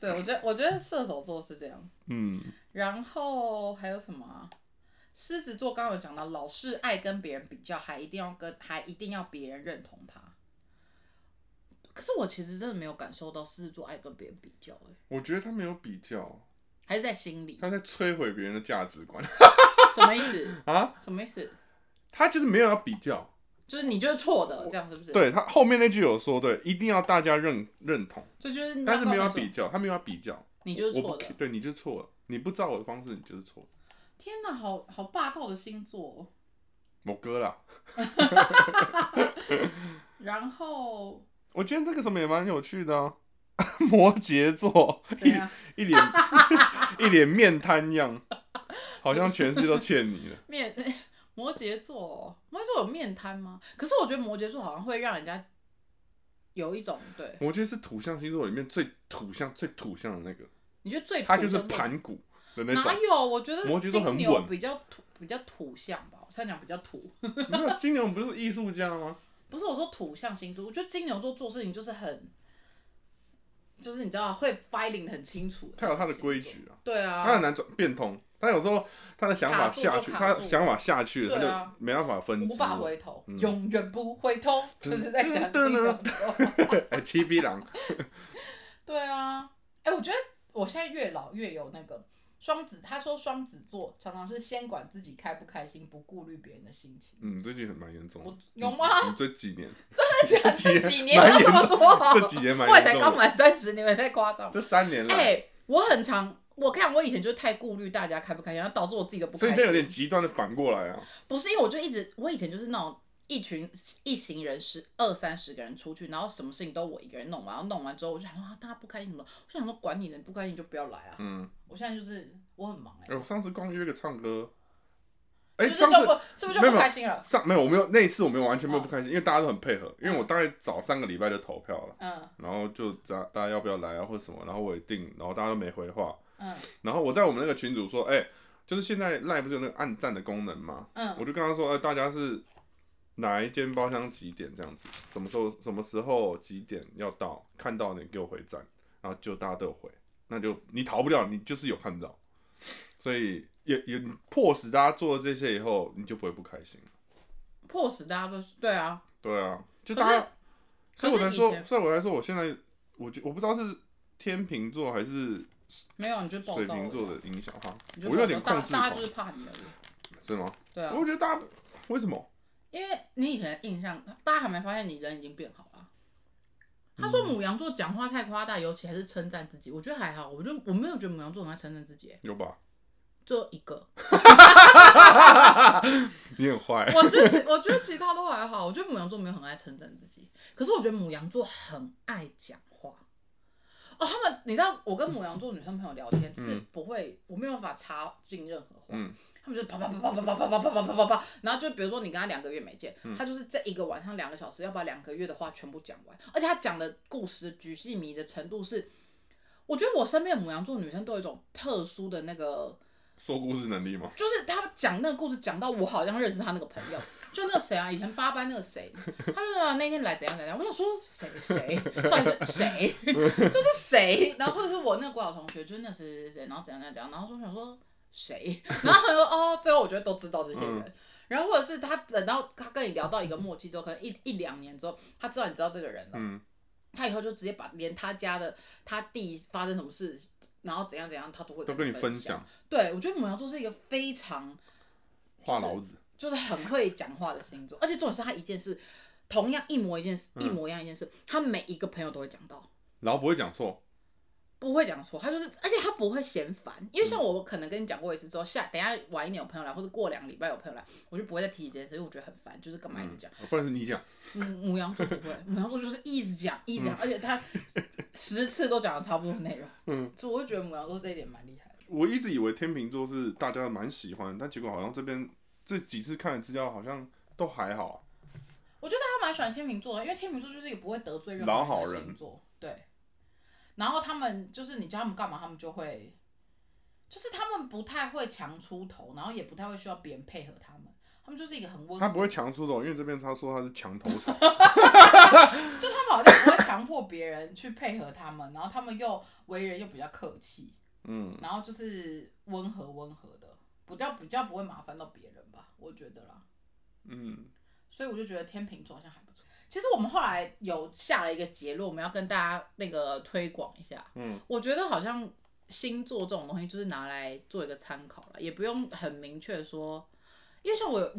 Speaker 2: 对，我觉得我觉得射手座是这样。
Speaker 1: 嗯，
Speaker 2: 然后还有什么、啊？狮子座刚刚有讲到，老是爱跟别人比较，还一定要跟还一定要别人认同他。可是我其实真的没有感受到狮子座爱跟别人比较、欸，
Speaker 1: 我觉得他没有比较，
Speaker 2: 还是在心里，
Speaker 1: 他在摧毁别人的价值观
Speaker 2: 什么意思？
Speaker 1: 啊，
Speaker 2: 什么意思？
Speaker 1: 他就是没有要比较。
Speaker 2: 就是你就是错的，这样是不是？，
Speaker 1: 对他后面那句有说，对，一定要大家认认同，
Speaker 2: 这就是
Speaker 1: 但是没有
Speaker 2: 那
Speaker 1: 要
Speaker 2: 告诉
Speaker 1: 比较，他没有要比较，
Speaker 2: 你就是
Speaker 1: 我
Speaker 2: 错
Speaker 1: 不
Speaker 2: 的
Speaker 1: care，。对，你就是错了，你不照我的方式，你就是错了。
Speaker 2: 天哪，好好霸道的星座哦、
Speaker 1: 我哥啦，
Speaker 2: 然 后
Speaker 1: 我觉得这个什么也蛮有趣的啊， 摩羯座
Speaker 2: 怎样？
Speaker 1: 一脸 一脸面瘫样，好像全世界都欠你了。
Speaker 2: 面哎摩羯座，哦摩羯座有面瘫吗？可是我觉得摩羯座好像会让人家有一种对，
Speaker 1: 我觉得是土象星座里面最土象、最土象的那个，
Speaker 2: 你觉得最土
Speaker 1: 他就是
Speaker 2: 的会
Speaker 1: 盘古的那
Speaker 2: 哪
Speaker 1: 种。
Speaker 2: 有？我觉得
Speaker 1: 摩羯座很
Speaker 2: 金牛
Speaker 1: 稳
Speaker 2: 比较土，比较土象吧。我想讲比较土，
Speaker 1: 没有金牛不是艺术家 吗？
Speaker 2: 不是我说土象星座，我觉得金牛座做事情就是很，就是你知道会 filing 很清楚的那种星座，
Speaker 1: 他有他的规矩啊，
Speaker 2: 对啊，
Speaker 1: 他很难转变通。他有时候他的想
Speaker 2: 卡
Speaker 1: 法
Speaker 2: 住就
Speaker 1: 下去，
Speaker 2: 卡
Speaker 1: 他
Speaker 2: 住
Speaker 1: 想法下去了，
Speaker 2: 对
Speaker 1: 他
Speaker 2: 啊
Speaker 1: 就没办法分支
Speaker 2: 无
Speaker 1: 了。
Speaker 2: 法回头，
Speaker 1: 嗯
Speaker 2: 永远不回头，就是在讲
Speaker 1: 噔噔
Speaker 2: 金牛 座。
Speaker 1: 哎，七匹狼，
Speaker 2: 对啊，哎、我觉得我现在越老越有那个双子，他说双子座常常是先管自己开不开心，不顾虑别人的心情。
Speaker 1: 嗯，最近很蛮严重的
Speaker 2: 我。有吗？
Speaker 1: 你这几年，
Speaker 2: 真的假的？
Speaker 1: 嗯这
Speaker 2: 这
Speaker 1: 几
Speaker 2: 几
Speaker 1: 年
Speaker 2: 年有这么多、
Speaker 1: 这几年蛮
Speaker 2: 哦我也才
Speaker 1: 严
Speaker 2: 刚
Speaker 1: 重的。
Speaker 2: 满三十，你们太夸张了。
Speaker 1: 这三年
Speaker 2: 哎、
Speaker 1: 来，
Speaker 2: 我很常，我看我以前就太顾虑大家开不开心，然后导致我自己都不
Speaker 1: 所以
Speaker 2: 开
Speaker 1: 你这有点
Speaker 2: 心。
Speaker 1: 极端的反过来啊。
Speaker 2: 不是因为我就一直，我以前就是那种一群一行人十二三十个人出去，然后什么事情都我一个人弄完，然后弄完之后我就想说啊，大家不开心什么？我想说管你呢，你不开心你就不要来啊。
Speaker 1: 嗯，
Speaker 2: 我现在就是我很忙哎、
Speaker 1: 哎我上次光约个唱歌，哎，
Speaker 2: 是
Speaker 1: 上
Speaker 2: 不是就哦
Speaker 1: 次
Speaker 2: 不是不是就
Speaker 1: 没有
Speaker 2: 不开心了？
Speaker 1: 上没有，我没有那一次我没有完全没有不开心，因为大家都很配合，因为我大概早三个礼拜就投票了，
Speaker 2: 嗯
Speaker 1: 然后就大大家要不要来啊或者什么，然后我也定，然后大家都没回话，
Speaker 2: 嗯
Speaker 1: 然后我在我们那个群组说，哎、就是现在 line 不是有那个按赞的功能吗？
Speaker 2: 嗯
Speaker 1: 我就跟他说，呃，大家是哪一间包厢几点这样子，什么时候什么时候几点要到，看到你给我回赞，然后就大家都有回，那就你逃不了，你就是有看到，所以也也迫使大家做了这些以后，你就不会不开心。
Speaker 2: 迫使大家都对啊，
Speaker 1: 对啊，就
Speaker 2: 可是
Speaker 1: 大家，所以我
Speaker 2: 可
Speaker 1: 才
Speaker 2: 是以
Speaker 1: 说，
Speaker 2: 前
Speaker 1: 所以我才说，我现在我觉我不知道是天秤座还是
Speaker 2: 没有你就暴
Speaker 1: 水
Speaker 2: 躁而已
Speaker 1: 瓶
Speaker 2: 啊，
Speaker 1: 座的影响哈，
Speaker 2: 你就
Speaker 1: 我有点
Speaker 2: 暴躁
Speaker 1: 控制
Speaker 2: 大大
Speaker 1: 狂
Speaker 2: 家，就是怕你而已，
Speaker 1: 是吗？
Speaker 2: 对啊，
Speaker 1: 我觉得大家为什么？
Speaker 2: 因为你以前的印象，大家还没发现你人已经变好了。啊他说母羊座讲话太夸大，尤其还是称赞自己，我觉得还好，我就我没有觉得母羊座很爱称赞自己，欸
Speaker 1: 有吧？
Speaker 2: 只有一个，
Speaker 1: 你很坏，
Speaker 2: 我觉得其我觉得其他都还好，我觉得母羊座没有很爱称赞自己，可是我觉得母羊座很爱讲话。哦，他们你知道，我跟母羊座女生朋友聊天是不会，我没有办法插进任何话，
Speaker 1: 嗯
Speaker 2: 他们就是啪啪啪啪啪啪啪啪啪啪啪啪，然后就比如说你跟他两个月没见，他就是这一个晚上两个小时要把两个月的话全部讲完，而且他讲的故事举细迷的程度是，我觉得我身边的母羊座女生都有一种特殊的那个
Speaker 1: 说故事能力吗？
Speaker 2: 就是他讲那个故事，讲到我好像认识他那个朋友， 就那个谁啊，以前八班那个谁，他就说那天来怎样怎样，我想说谁谁，到底是谁， 就是谁，然后或者是我那个国小同学，就是那谁谁谁，然后怎样怎样怎样，然后说想说谁， 然后他说哦，最后我觉得都知道这些
Speaker 1: 嗯
Speaker 2: 人。然后或者是他等到他跟你聊到一个默契之后，可能一一两年之后，他知道你知道这个人了，
Speaker 1: 嗯
Speaker 2: 他以后就直接把连他家的他弟发生什么事，然后怎样怎样，他都会
Speaker 1: 都跟你分
Speaker 2: 分
Speaker 1: 享，
Speaker 2: 对，我觉得母羊座是一个非常
Speaker 1: 话痨子，
Speaker 2: 就是很会讲话的星座，而且重点是他一件事，同样一模一件事，一模一样一件事，他每一个朋友都会讲到，
Speaker 1: 然后不会讲错，
Speaker 2: 不会讲错，他就是，而且他不会嫌烦，因为像我可能跟你讲过一次之后，下等一下晚一点有朋友来，或者过两个礼拜有朋友来，我就不会再提起这件事，因为我觉得很烦，就是干嘛一直讲。
Speaker 1: 嗯不然是你讲，
Speaker 2: 母母羊座不会，母羊座就是一直讲，一直讲，而且他十次都讲了差不多的内容，嗯，所以我就觉得母羊座这一点蛮厉害的。
Speaker 1: 我一直以为天秤座是大家蛮喜欢，但结果好像这边这几次看的资料好像都还好啊、
Speaker 2: 我觉得他蛮喜欢天秤座的，因为天秤座就是一个不会得罪任
Speaker 1: 老
Speaker 2: 何
Speaker 1: 好
Speaker 2: 人的
Speaker 1: 人
Speaker 2: 星座。对，然后他们就是你叫他们干嘛，他们就会，就是他们不太会强出头，然后也不太会需要别人配合他们，他们就是一个很温
Speaker 1: 啊他
Speaker 2: 和，
Speaker 1: 不会强出头，因为这边他说他是墙头 草，
Speaker 2: 就他们好像不会强迫别人去配合他们，然后他们又为人又比较客气，
Speaker 1: 嗯，
Speaker 2: 然后就是温和温和的，比较比较不会麻烦到别人吧，我觉得啦。
Speaker 1: 嗯，
Speaker 2: 所以我就觉得天秤座好像还不错。其实我们后来有下了一个结论，我们要跟大家那个推广一下。
Speaker 1: 嗯，
Speaker 2: 我觉得好像星座这种东西就是拿来做一个参考了，也不用很明确说，因为像我有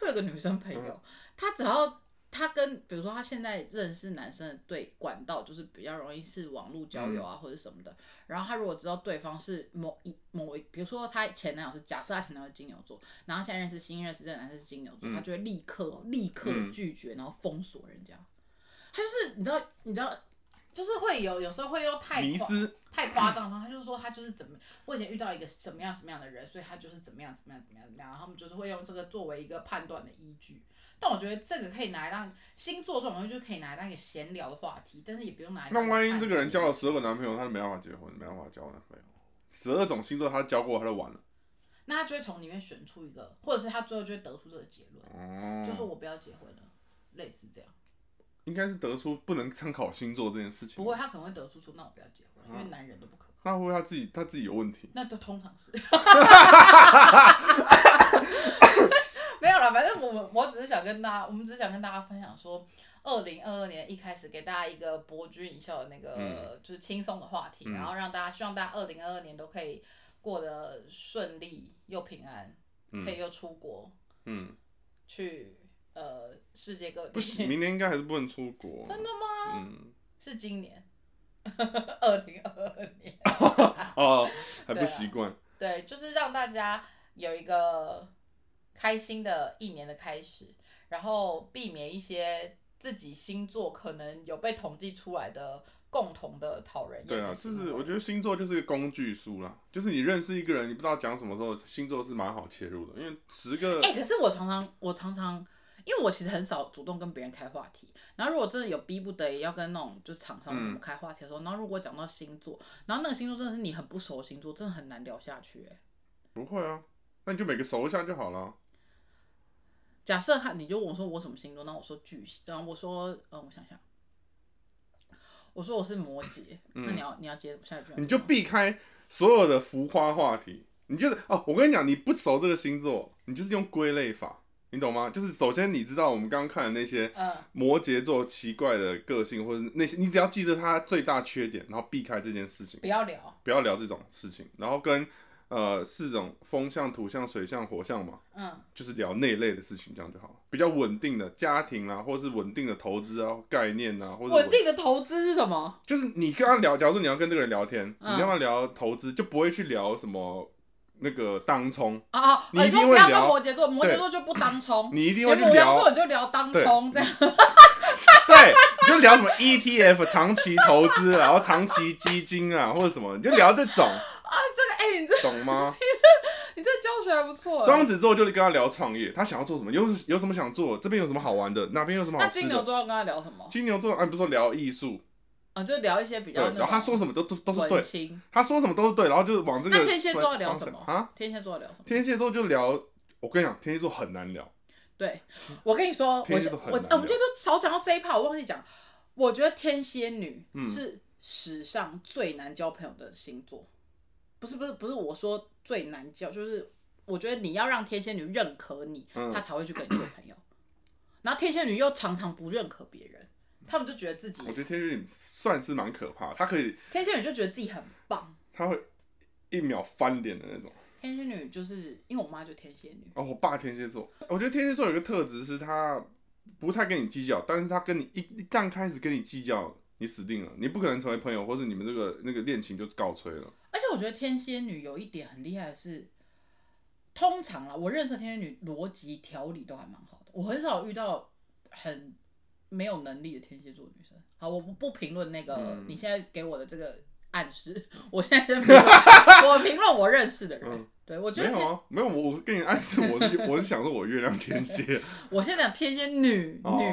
Speaker 2: 我有个女生朋友，她只要她跟比如说她现在认识男生的对管道就是比较容易是网络交友啊、或者什么的，然后她如果知道对方是某一某一，比如说她前男友是假设她前男友是金牛座，然后现在认识新认识这个男生是金牛座，
Speaker 1: 嗯
Speaker 2: 他就会立刻立刻拒绝，然后封锁人家。他就是你知道你知道，就是会有有时候会用太
Speaker 1: 迷
Speaker 2: 夸
Speaker 1: 失，
Speaker 2: 太夸张的话，他就是说他就是怎么，我以前遇到一个什么样什么样的人，所以他就是怎么样怎么样怎么样怎么样，然后他们就是会用这个作为一个判断的依据。但我觉得这个可以拿来让星座这种东西就可以拿来当一个闲聊的话题，但是也不用拿来当
Speaker 1: 那
Speaker 2: 一
Speaker 1: 万一这个人
Speaker 2: 判断
Speaker 1: 交了十二个男朋友，他就没办法结婚，没办法交男朋友。十二种星座他交过，他就完了。
Speaker 2: 那他就会从里面选出一个，或者是他最后就会得出这个结论，
Speaker 1: 哦、
Speaker 2: 就说我不要结婚了，类似这样。
Speaker 1: 应该是得出不能参考星座这件事情
Speaker 2: 不。会，他可能会得出说，那我不要结婚，因为男人都不可靠。
Speaker 1: 那会不会他自己他自己有问题？
Speaker 2: 那都通常是， 没有啦，反正我们我只是想跟大家，我们只是想跟大家分享说，二零二二年一开始给大家一个博君一笑的那个、就是轻松的话题，然后让大家希望大家二零二二年都可以过得顺利又平安，可以又出国
Speaker 1: 嗯，
Speaker 2: 去呃世界各
Speaker 1: 不行，
Speaker 2: 地。
Speaker 1: 明年应该还是不能出国。啊
Speaker 2: 真的吗？
Speaker 1: 嗯，
Speaker 2: 是今年，二零二二年。
Speaker 1: 哦，还
Speaker 2: 对
Speaker 1: 不
Speaker 2: 啊
Speaker 1: 习惯。
Speaker 2: 对，就是让大家有一个开心的一年的开始，然后避免一些自己星座可能有被统计出来的共同的讨人厌
Speaker 1: 对啊，
Speaker 2: 的
Speaker 1: 就
Speaker 2: 行为。
Speaker 1: 是我觉得星座就是一个工具书啦，就是你认识一个人，你不知道讲什么时候，星座是蛮好切入的，因为十个
Speaker 2: 哎、可是我常常，我常常，因为我其实很少主动跟别人开话题。然后如果真的有逼不得已要跟那种就厂商什
Speaker 1: 嗯
Speaker 2: 么开话题的时候，然后如果讲到星座，然后那个星座真的是你很不熟的星座，真的很难聊下去、哎，
Speaker 1: 不会啊，那你就每个熟一下就好了。
Speaker 2: 假设他你就问我说我什么星座，然后我说巨蟹，然后我说嗯，我想想，我说我是摩羯，那你要你要接下一句吗，
Speaker 1: 嗯你就避开所有的浮夸话题。你就是哦，我跟你讲，你不熟这个星座，你就是用归类法，你懂吗？就是首先你知道我们刚刚看的那些
Speaker 2: 嗯
Speaker 1: 摩羯座奇怪的个性，或者那些，你只要记得他最大缺点，然后避开这件事情，
Speaker 2: 不要聊，
Speaker 1: 不要聊这种事情，然后跟呃四种风象、土象、水象、火象嘛，
Speaker 2: 嗯
Speaker 1: 就是聊那类的事情，这样就好了。比较稳定的家庭啊，或是稳定的投资啊、概念啊，或者
Speaker 2: 稳定的投资是什么？
Speaker 1: 就是你跟他聊，假如说你要跟这个人聊天，
Speaker 2: 嗯
Speaker 1: 你跟他聊投资，就不会去聊什么那个当冲，
Speaker 2: 啊啊，
Speaker 1: 你
Speaker 2: 啊
Speaker 1: 一
Speaker 2: 说
Speaker 1: 定
Speaker 2: 不
Speaker 1: 会
Speaker 2: 要跟
Speaker 1: 聊
Speaker 2: 摩羯座，摩羯
Speaker 1: 对
Speaker 2: 座就不当冲，
Speaker 1: 你一定
Speaker 2: 跟
Speaker 1: 会去
Speaker 2: 母羊座
Speaker 1: 聊，
Speaker 2: 你就聊当
Speaker 1: 对
Speaker 2: 冲这样，
Speaker 1: 对，你就聊什么 ETF 长期投资，啊然后长期基金啊，或者什么，你就聊这种，
Speaker 2: 哎、你这
Speaker 1: 懂 吗？
Speaker 2: 你这教学还不错、欸
Speaker 1: 双子座就是跟他聊创业，他想要做什么，有有什么想做，这边有什么好玩的，哪边有什么
Speaker 2: 那
Speaker 1: 好吃
Speaker 2: 金牛
Speaker 1: 的。
Speaker 2: 座要跟他聊什么？
Speaker 1: 金牛座，啊，不是说聊艺术，
Speaker 2: 啊，就聊一些比
Speaker 1: 对
Speaker 2: 较那，
Speaker 1: 然后他
Speaker 2: 种
Speaker 1: 说什么都都都是
Speaker 2: 文
Speaker 1: 对，
Speaker 2: 青。
Speaker 1: 他说什么都是对，然后就是往这个
Speaker 2: 那天蝎座要聊
Speaker 1: 方向
Speaker 2: 什么
Speaker 1: 啊？
Speaker 2: 天蝎座要聊什么？
Speaker 1: 天蝎座就聊，我跟你讲，天蝎座很难聊。
Speaker 2: 对，我跟你说，我
Speaker 1: 天蝎
Speaker 2: 我
Speaker 1: 座很
Speaker 2: 我
Speaker 1: 难
Speaker 2: 们
Speaker 1: 聊
Speaker 2: 今天都少讲到这一趴，我忘记讲。我觉得天蝎女
Speaker 1: 嗯
Speaker 2: 是史上最难交朋友的星座，不是不是不是，我说最难交，就是我觉得你要让天蝎女认可你，
Speaker 1: 嗯
Speaker 2: 她才会去跟你做朋友。然后天蝎女又常常不认可别人，他们就觉得自己
Speaker 1: 我觉得天蝎女算是蛮可怕，她可以，
Speaker 2: 天蝎女就觉得自己很棒。
Speaker 1: 她会一秒翻脸的那种。
Speaker 2: 天蝎女就是因为我妈就天蝎女，
Speaker 1: 哦，我爸天蝎座，我觉得天蝎座有一个特质是他不太跟你计较，但是他跟你一一旦开始跟你计较，你死定了，你不可能成为朋友，或是你们这个那个恋情就告吹了。
Speaker 2: 而且我觉得天蝎女有一点很厉害的是，通常啦，我认识的天蝎女逻辑条理都还蛮好的，我很少遇到很没有能力的天蝎座女生。好，我不不评论那个、
Speaker 1: 嗯
Speaker 2: 你现在给我的这个暗示，我现在先评论我评论我认识的人。对，我觉
Speaker 1: 嗯没
Speaker 2: 得
Speaker 1: 有
Speaker 2: 天，
Speaker 1: 啊，没有，我我跟你暗示，我是我是想说我月亮天 蝎，
Speaker 2: 我先讲天蝎女、
Speaker 1: 哦
Speaker 2: 女，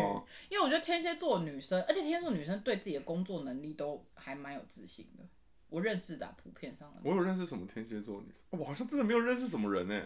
Speaker 2: 因为我觉得天蝎座女生，而且天蝎座女生对自己的工作能力都还蛮有自信的。我认识的啊、普遍上的，
Speaker 1: 我有认识什么天蝎座女生？哦我好像真的没有认识什么人呢、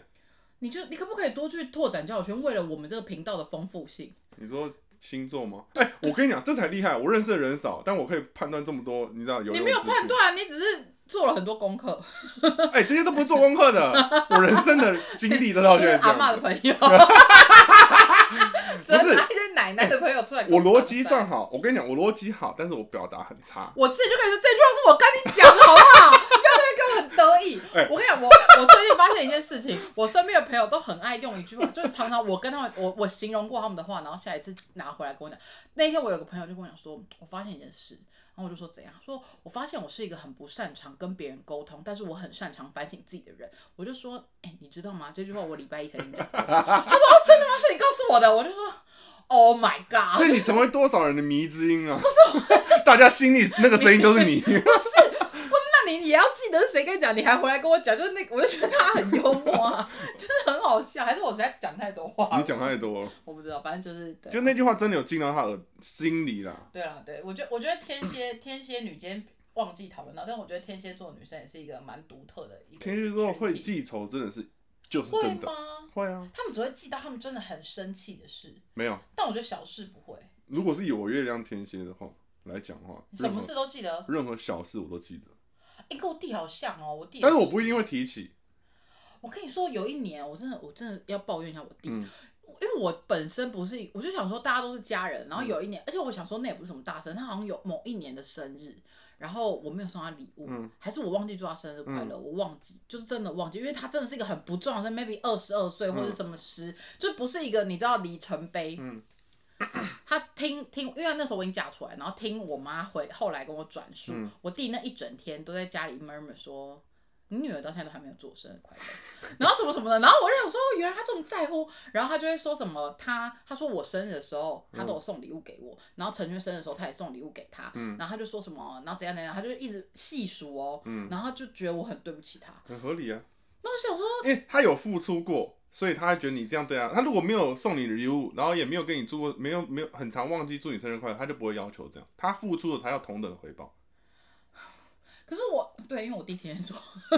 Speaker 2: 你就你可不可以多去拓展交友圈？为了我们这个频道的丰富性，
Speaker 1: 你说星座吗？哎、我跟你讲，这才厉害。我认识的人少，但我可以判断这么多，你知道有
Speaker 2: 你
Speaker 1: 用
Speaker 2: 没有
Speaker 1: 资
Speaker 2: 判
Speaker 1: 讯
Speaker 2: 断，啊你只是做了很多功课，
Speaker 1: 哎、这些都不是做功课的，我人生的经历都到
Speaker 2: 就
Speaker 1: 现
Speaker 2: 是
Speaker 1: 在这
Speaker 2: 阿嬷
Speaker 1: 样
Speaker 2: 的
Speaker 1: 子。
Speaker 2: 朋友，
Speaker 1: 不是
Speaker 2: 真的一些奶奶的朋友出来跟
Speaker 1: 我
Speaker 2: 我
Speaker 1: 逻辑
Speaker 2: 搭讪
Speaker 1: 算好，我跟你讲，我逻辑好，但是我表达很差。
Speaker 2: 我之前就跟你说这句话是我跟你讲的，好不好？不要在那边跟我很得意。
Speaker 1: 哎
Speaker 2: 我跟你讲，我我最近发现一件事情，我身边的朋友都很爱用一句话，就是常常我跟他们，我我形容过他们的话，然后下一次拿回来跟我讲。那天我有个朋友就跟我讲说，我发现一件事。然后我就说怎样？他说我发现我是一个很不擅长跟别人沟通，但是我很擅长反省自己的人。我就说，哎、你知道吗？这句话我礼拜一才跟你讲过。他说哦，真的吗？是你告诉我的。我就说，Oh my god！
Speaker 1: 所以你成为多少人的迷之音啊？ 大家心里那个声音都是你。
Speaker 2: 不是，不是，那你也要记得是谁跟你讲，你还回来跟我讲，就是那个，我就觉得他很幽默啊， 就是很好笑，还是我实在讲太多话？
Speaker 1: 你讲，太多了，
Speaker 2: 我不知道，反正就是对。
Speaker 1: 就那句话真的有进到他的心里啦。
Speaker 2: 对了，对我觉得我觉得天蝎天蝎女今天忘记讨论到，但我觉得天蝎座女生也是一个蛮独特的一个
Speaker 1: 天蝎座会
Speaker 2: 群体
Speaker 1: 记仇，真的是就是
Speaker 2: 会
Speaker 1: 真的
Speaker 2: 吗？
Speaker 1: 会啊，
Speaker 2: 他们只会记到他们真的很生气的事，
Speaker 1: 没有。
Speaker 2: 但我觉得小事不会，
Speaker 1: 如果是以我月亮天蝎的话来讲的话，
Speaker 2: 什
Speaker 1: 任
Speaker 2: 么
Speaker 1: 何
Speaker 2: 事都记得。
Speaker 1: 任何小事我都记得，
Speaker 2: 哎、跟我弟好像哦，我弟也
Speaker 1: 但是我不一定会提起。
Speaker 2: 我跟你说，有一年我真的我真的要抱怨一下我弟，
Speaker 1: 嗯
Speaker 2: 因为我本身不是，我就想说大家都是家人，然
Speaker 1: 嗯
Speaker 2: 后有一年，而且我想说那也不是什么大生日，他好像有某一年的生日，然后我没有送他礼物，
Speaker 1: 嗯
Speaker 2: 还是我忘记祝他生日快乐，我忘记，就是真的忘记，因为他真的是一个很不重要的生日，maybe 二十二岁或者什么十，就不是一个你知道里程碑。
Speaker 1: 嗯
Speaker 2: 他听听，因为那时候我已经嫁出来，然后听我妈回后来跟我转述，
Speaker 1: 嗯
Speaker 2: 我弟那一整天都在家里 murmur 说，你女儿到现在都还没有祝我生日快乐，然后什么什么的，然后我就想说，哦原来她这么在乎，然后她就会说什么，她她说我生日的时候，她
Speaker 1: 嗯
Speaker 2: 都有送礼物给我，然后陈娟生日的时候，她也送礼物给她，然后她就说什么，然后怎样怎样，她就一直细数哦，
Speaker 1: 嗯
Speaker 2: 然后她就觉得我很对不起她，
Speaker 1: 很合理啊，
Speaker 2: 那我想说，
Speaker 1: 因为他有付出过，所以他还觉得你这样对啊。他如果没有送你礼物，然后也没有跟你祝过，没有没有很常忘记祝你生日快乐，他就不会要求这样。他付出了，他要同等的回报。
Speaker 2: 可是我对，因为我弟天天说，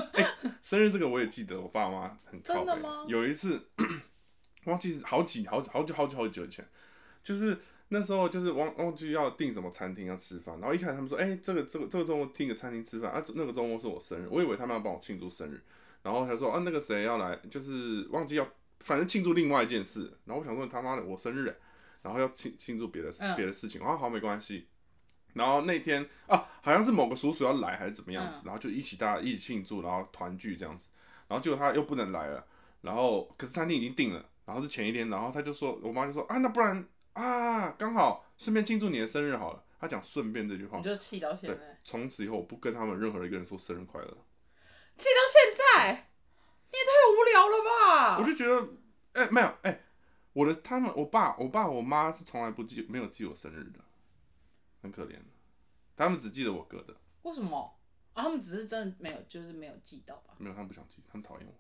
Speaker 1: 生日这个我也记得，我爸妈很靠
Speaker 2: 真的
Speaker 1: 北
Speaker 2: 吗
Speaker 1: 有一次，忘记是好几好好久好久好久以前，就是那时候就是忘忘记要订什么餐厅要吃饭，然后一开始他们说，哎、这个这个这个周末订个餐厅吃饭，啊，那个周末是我生日，我以为他们要帮我庆祝生日，然后他说，啊，那个谁要来，就是忘记要，反正庆祝另外一件事，然后我想说他妈的我生日、欸，然后要庆庆祝别的事
Speaker 2: 嗯
Speaker 1: 别的事情，然后好没关系。然后那天啊，好像是某个叔叔要来还是怎么样子，
Speaker 2: 嗯
Speaker 1: 然后就一起大家一起庆祝，然后团聚这样子。然后结果他又不能来了，然后可是餐厅已经定了，然后是前一天，然后他就说，我妈就说啊，那不然啊，刚好顺便庆祝你的生日好了。他讲顺便这句话
Speaker 2: 你，就气到现
Speaker 1: 哦对
Speaker 2: 在，，
Speaker 1: 从此以后我不跟他们任何一个人说生日快乐，
Speaker 2: 气到现在，你也太无聊了
Speaker 1: 我
Speaker 2: 吧？
Speaker 1: 就觉得，哎、没有，哎、我的他们，我爸、我爸、我妈是从来不记，没有记我生日的，很可怜，他们只记得我哥的，
Speaker 2: 为什么？啊，他们只是真的没有，就是没有记到吧？
Speaker 1: 没有，他们不想记，他们讨厌我。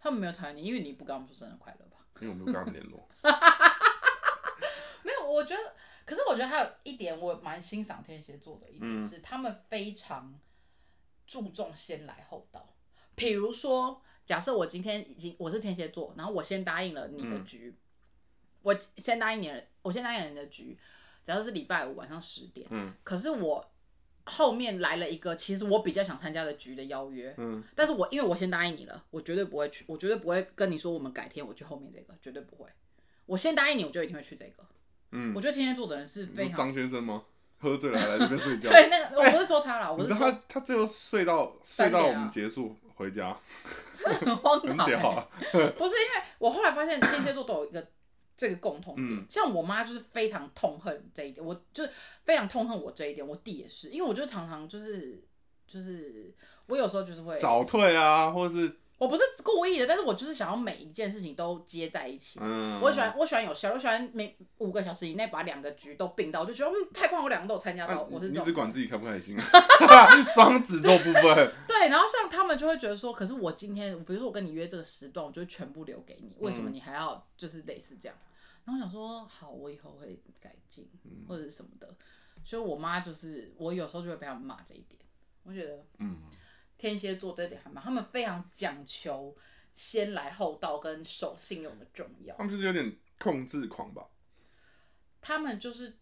Speaker 2: 他们没有讨厌你，因为你不跟他们说生日快乐吧？
Speaker 1: 因为我没有跟他们联络。
Speaker 2: 没有，我觉得，可是我觉得还有一点我蛮欣赏天蝎座的一
Speaker 1: 嗯
Speaker 2: 点是，他们非常注重先来后到。比如说，假设我今天已经我是天蝎座，然后我先答应了你
Speaker 1: 嗯
Speaker 2: 的局，我先答应你的，我先答应了你的局，假设是礼拜五晚上十点，
Speaker 1: 嗯
Speaker 2: 可是我后面来了一个其实我比较想参加的局的邀约，
Speaker 1: 嗯，
Speaker 2: 但是我因为我先答应你了，我绝对不会去，我绝对不会跟你说我们改天我去后面这个，绝对不会。我先答应你，我就一定会去这个。
Speaker 1: 嗯
Speaker 2: 我觉得天蝎座的人是
Speaker 1: 你
Speaker 2: 非
Speaker 1: 说
Speaker 2: 常
Speaker 1: 张先生吗？喝醉了还来这边睡觉。
Speaker 2: 对那个，我不是说他啦，我
Speaker 1: 你知
Speaker 2: 是
Speaker 1: 道
Speaker 2: 说
Speaker 1: 他他最后睡到
Speaker 2: 三
Speaker 1: 睡
Speaker 2: 点啊
Speaker 1: 到我们结束回 家，
Speaker 2: 很荒
Speaker 1: 很
Speaker 2: 唐、
Speaker 1: 屌
Speaker 2: 欸。
Speaker 1: 啊！
Speaker 2: 不是因为我后来发现天蝎座都有一个这个共同点，
Speaker 1: 嗯
Speaker 2: 像我妈就是非常痛恨这一点，我就是非常痛恨我这一点，我弟也是，因为我就常常就是就是我有时候就是会
Speaker 1: 早退啊，或是
Speaker 2: 我不是故意的，但是我就是想要每一件事情都接在一起。
Speaker 1: 嗯，
Speaker 2: 我喜欢我喜欢有效率，我喜欢每五个小时以内把两个局都并到，我就觉得嗯太棒，我两个都有参加
Speaker 1: 那
Speaker 2: 到，哦
Speaker 1: 你
Speaker 2: 我是
Speaker 1: 啊你
Speaker 2: 这
Speaker 1: 只
Speaker 2: 种。
Speaker 1: 管自己开不开心，啊 双子座部 分，
Speaker 2: 对，然后像他们就会觉得说，可是我今天，比如说我跟你约这个时段，我就会全部留给你，为什么你还要就是类似这样？然后我想说，好，我以后会改进或者是什么的，所以我妈就是我有时候就会被她骂这一点，我觉得
Speaker 1: 嗯，
Speaker 2: 天蝎座这点还蛮，他们非常讲求先来后到跟守信用的重要。
Speaker 1: 他们就是有点控制狂吧，
Speaker 2: 他们就是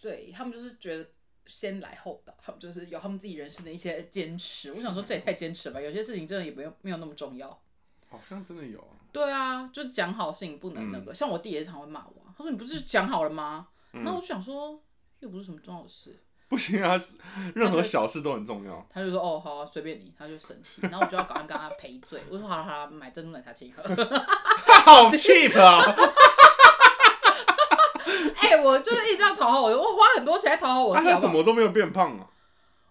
Speaker 2: 对，他们就是觉得先来后到，他们就是有他们自己人生的一些坚持。我想说这也太坚持了吧，有些事情真的也没有没有那么重要。
Speaker 1: 好像真的有啊。
Speaker 2: 对啊，就讲好事情不能那
Speaker 1: 嗯
Speaker 2: 个，像我弟也常会骂我、啊，他说你不是讲好了吗？然后我就想说又不是什么重要的事，
Speaker 1: 不行啊，是任何小事都很 重要。
Speaker 2: 他就说哦好啊，随便你，他就生气，然后我就要赶快跟他赔罪，我说好了好了，买珍珠奶茶请你喝。
Speaker 1: 好 cheap 啊！
Speaker 2: 哎、我就是一直这样讨好我，我花很多钱来讨好 我
Speaker 1: 啊，
Speaker 2: 弟，
Speaker 1: 他
Speaker 2: 好不
Speaker 1: 怎
Speaker 2: 好
Speaker 1: 么都没有变胖啊？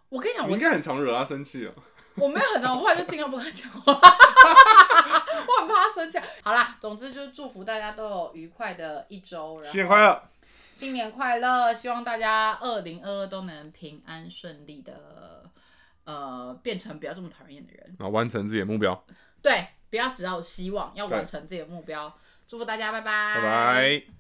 Speaker 2: 我跟你讲，
Speaker 1: 你
Speaker 2: 我
Speaker 1: 应该很常惹他生气啊。
Speaker 2: 我没有很常，我后来就尽量不跟他讲话， 我很怕他生气。好啦，总之就是祝福大家都有愉快的一周，然后
Speaker 1: 新年快，乐！
Speaker 2: 新年快乐！希望大家二零二二都能平安顺利的，呃，变成不要这么讨人厌的人，
Speaker 1: 然后完成自己的目标，
Speaker 2: 对，不要只要有希望，要
Speaker 1: 对
Speaker 2: 完成自己的目标。祝福大家，拜拜，
Speaker 1: 拜拜。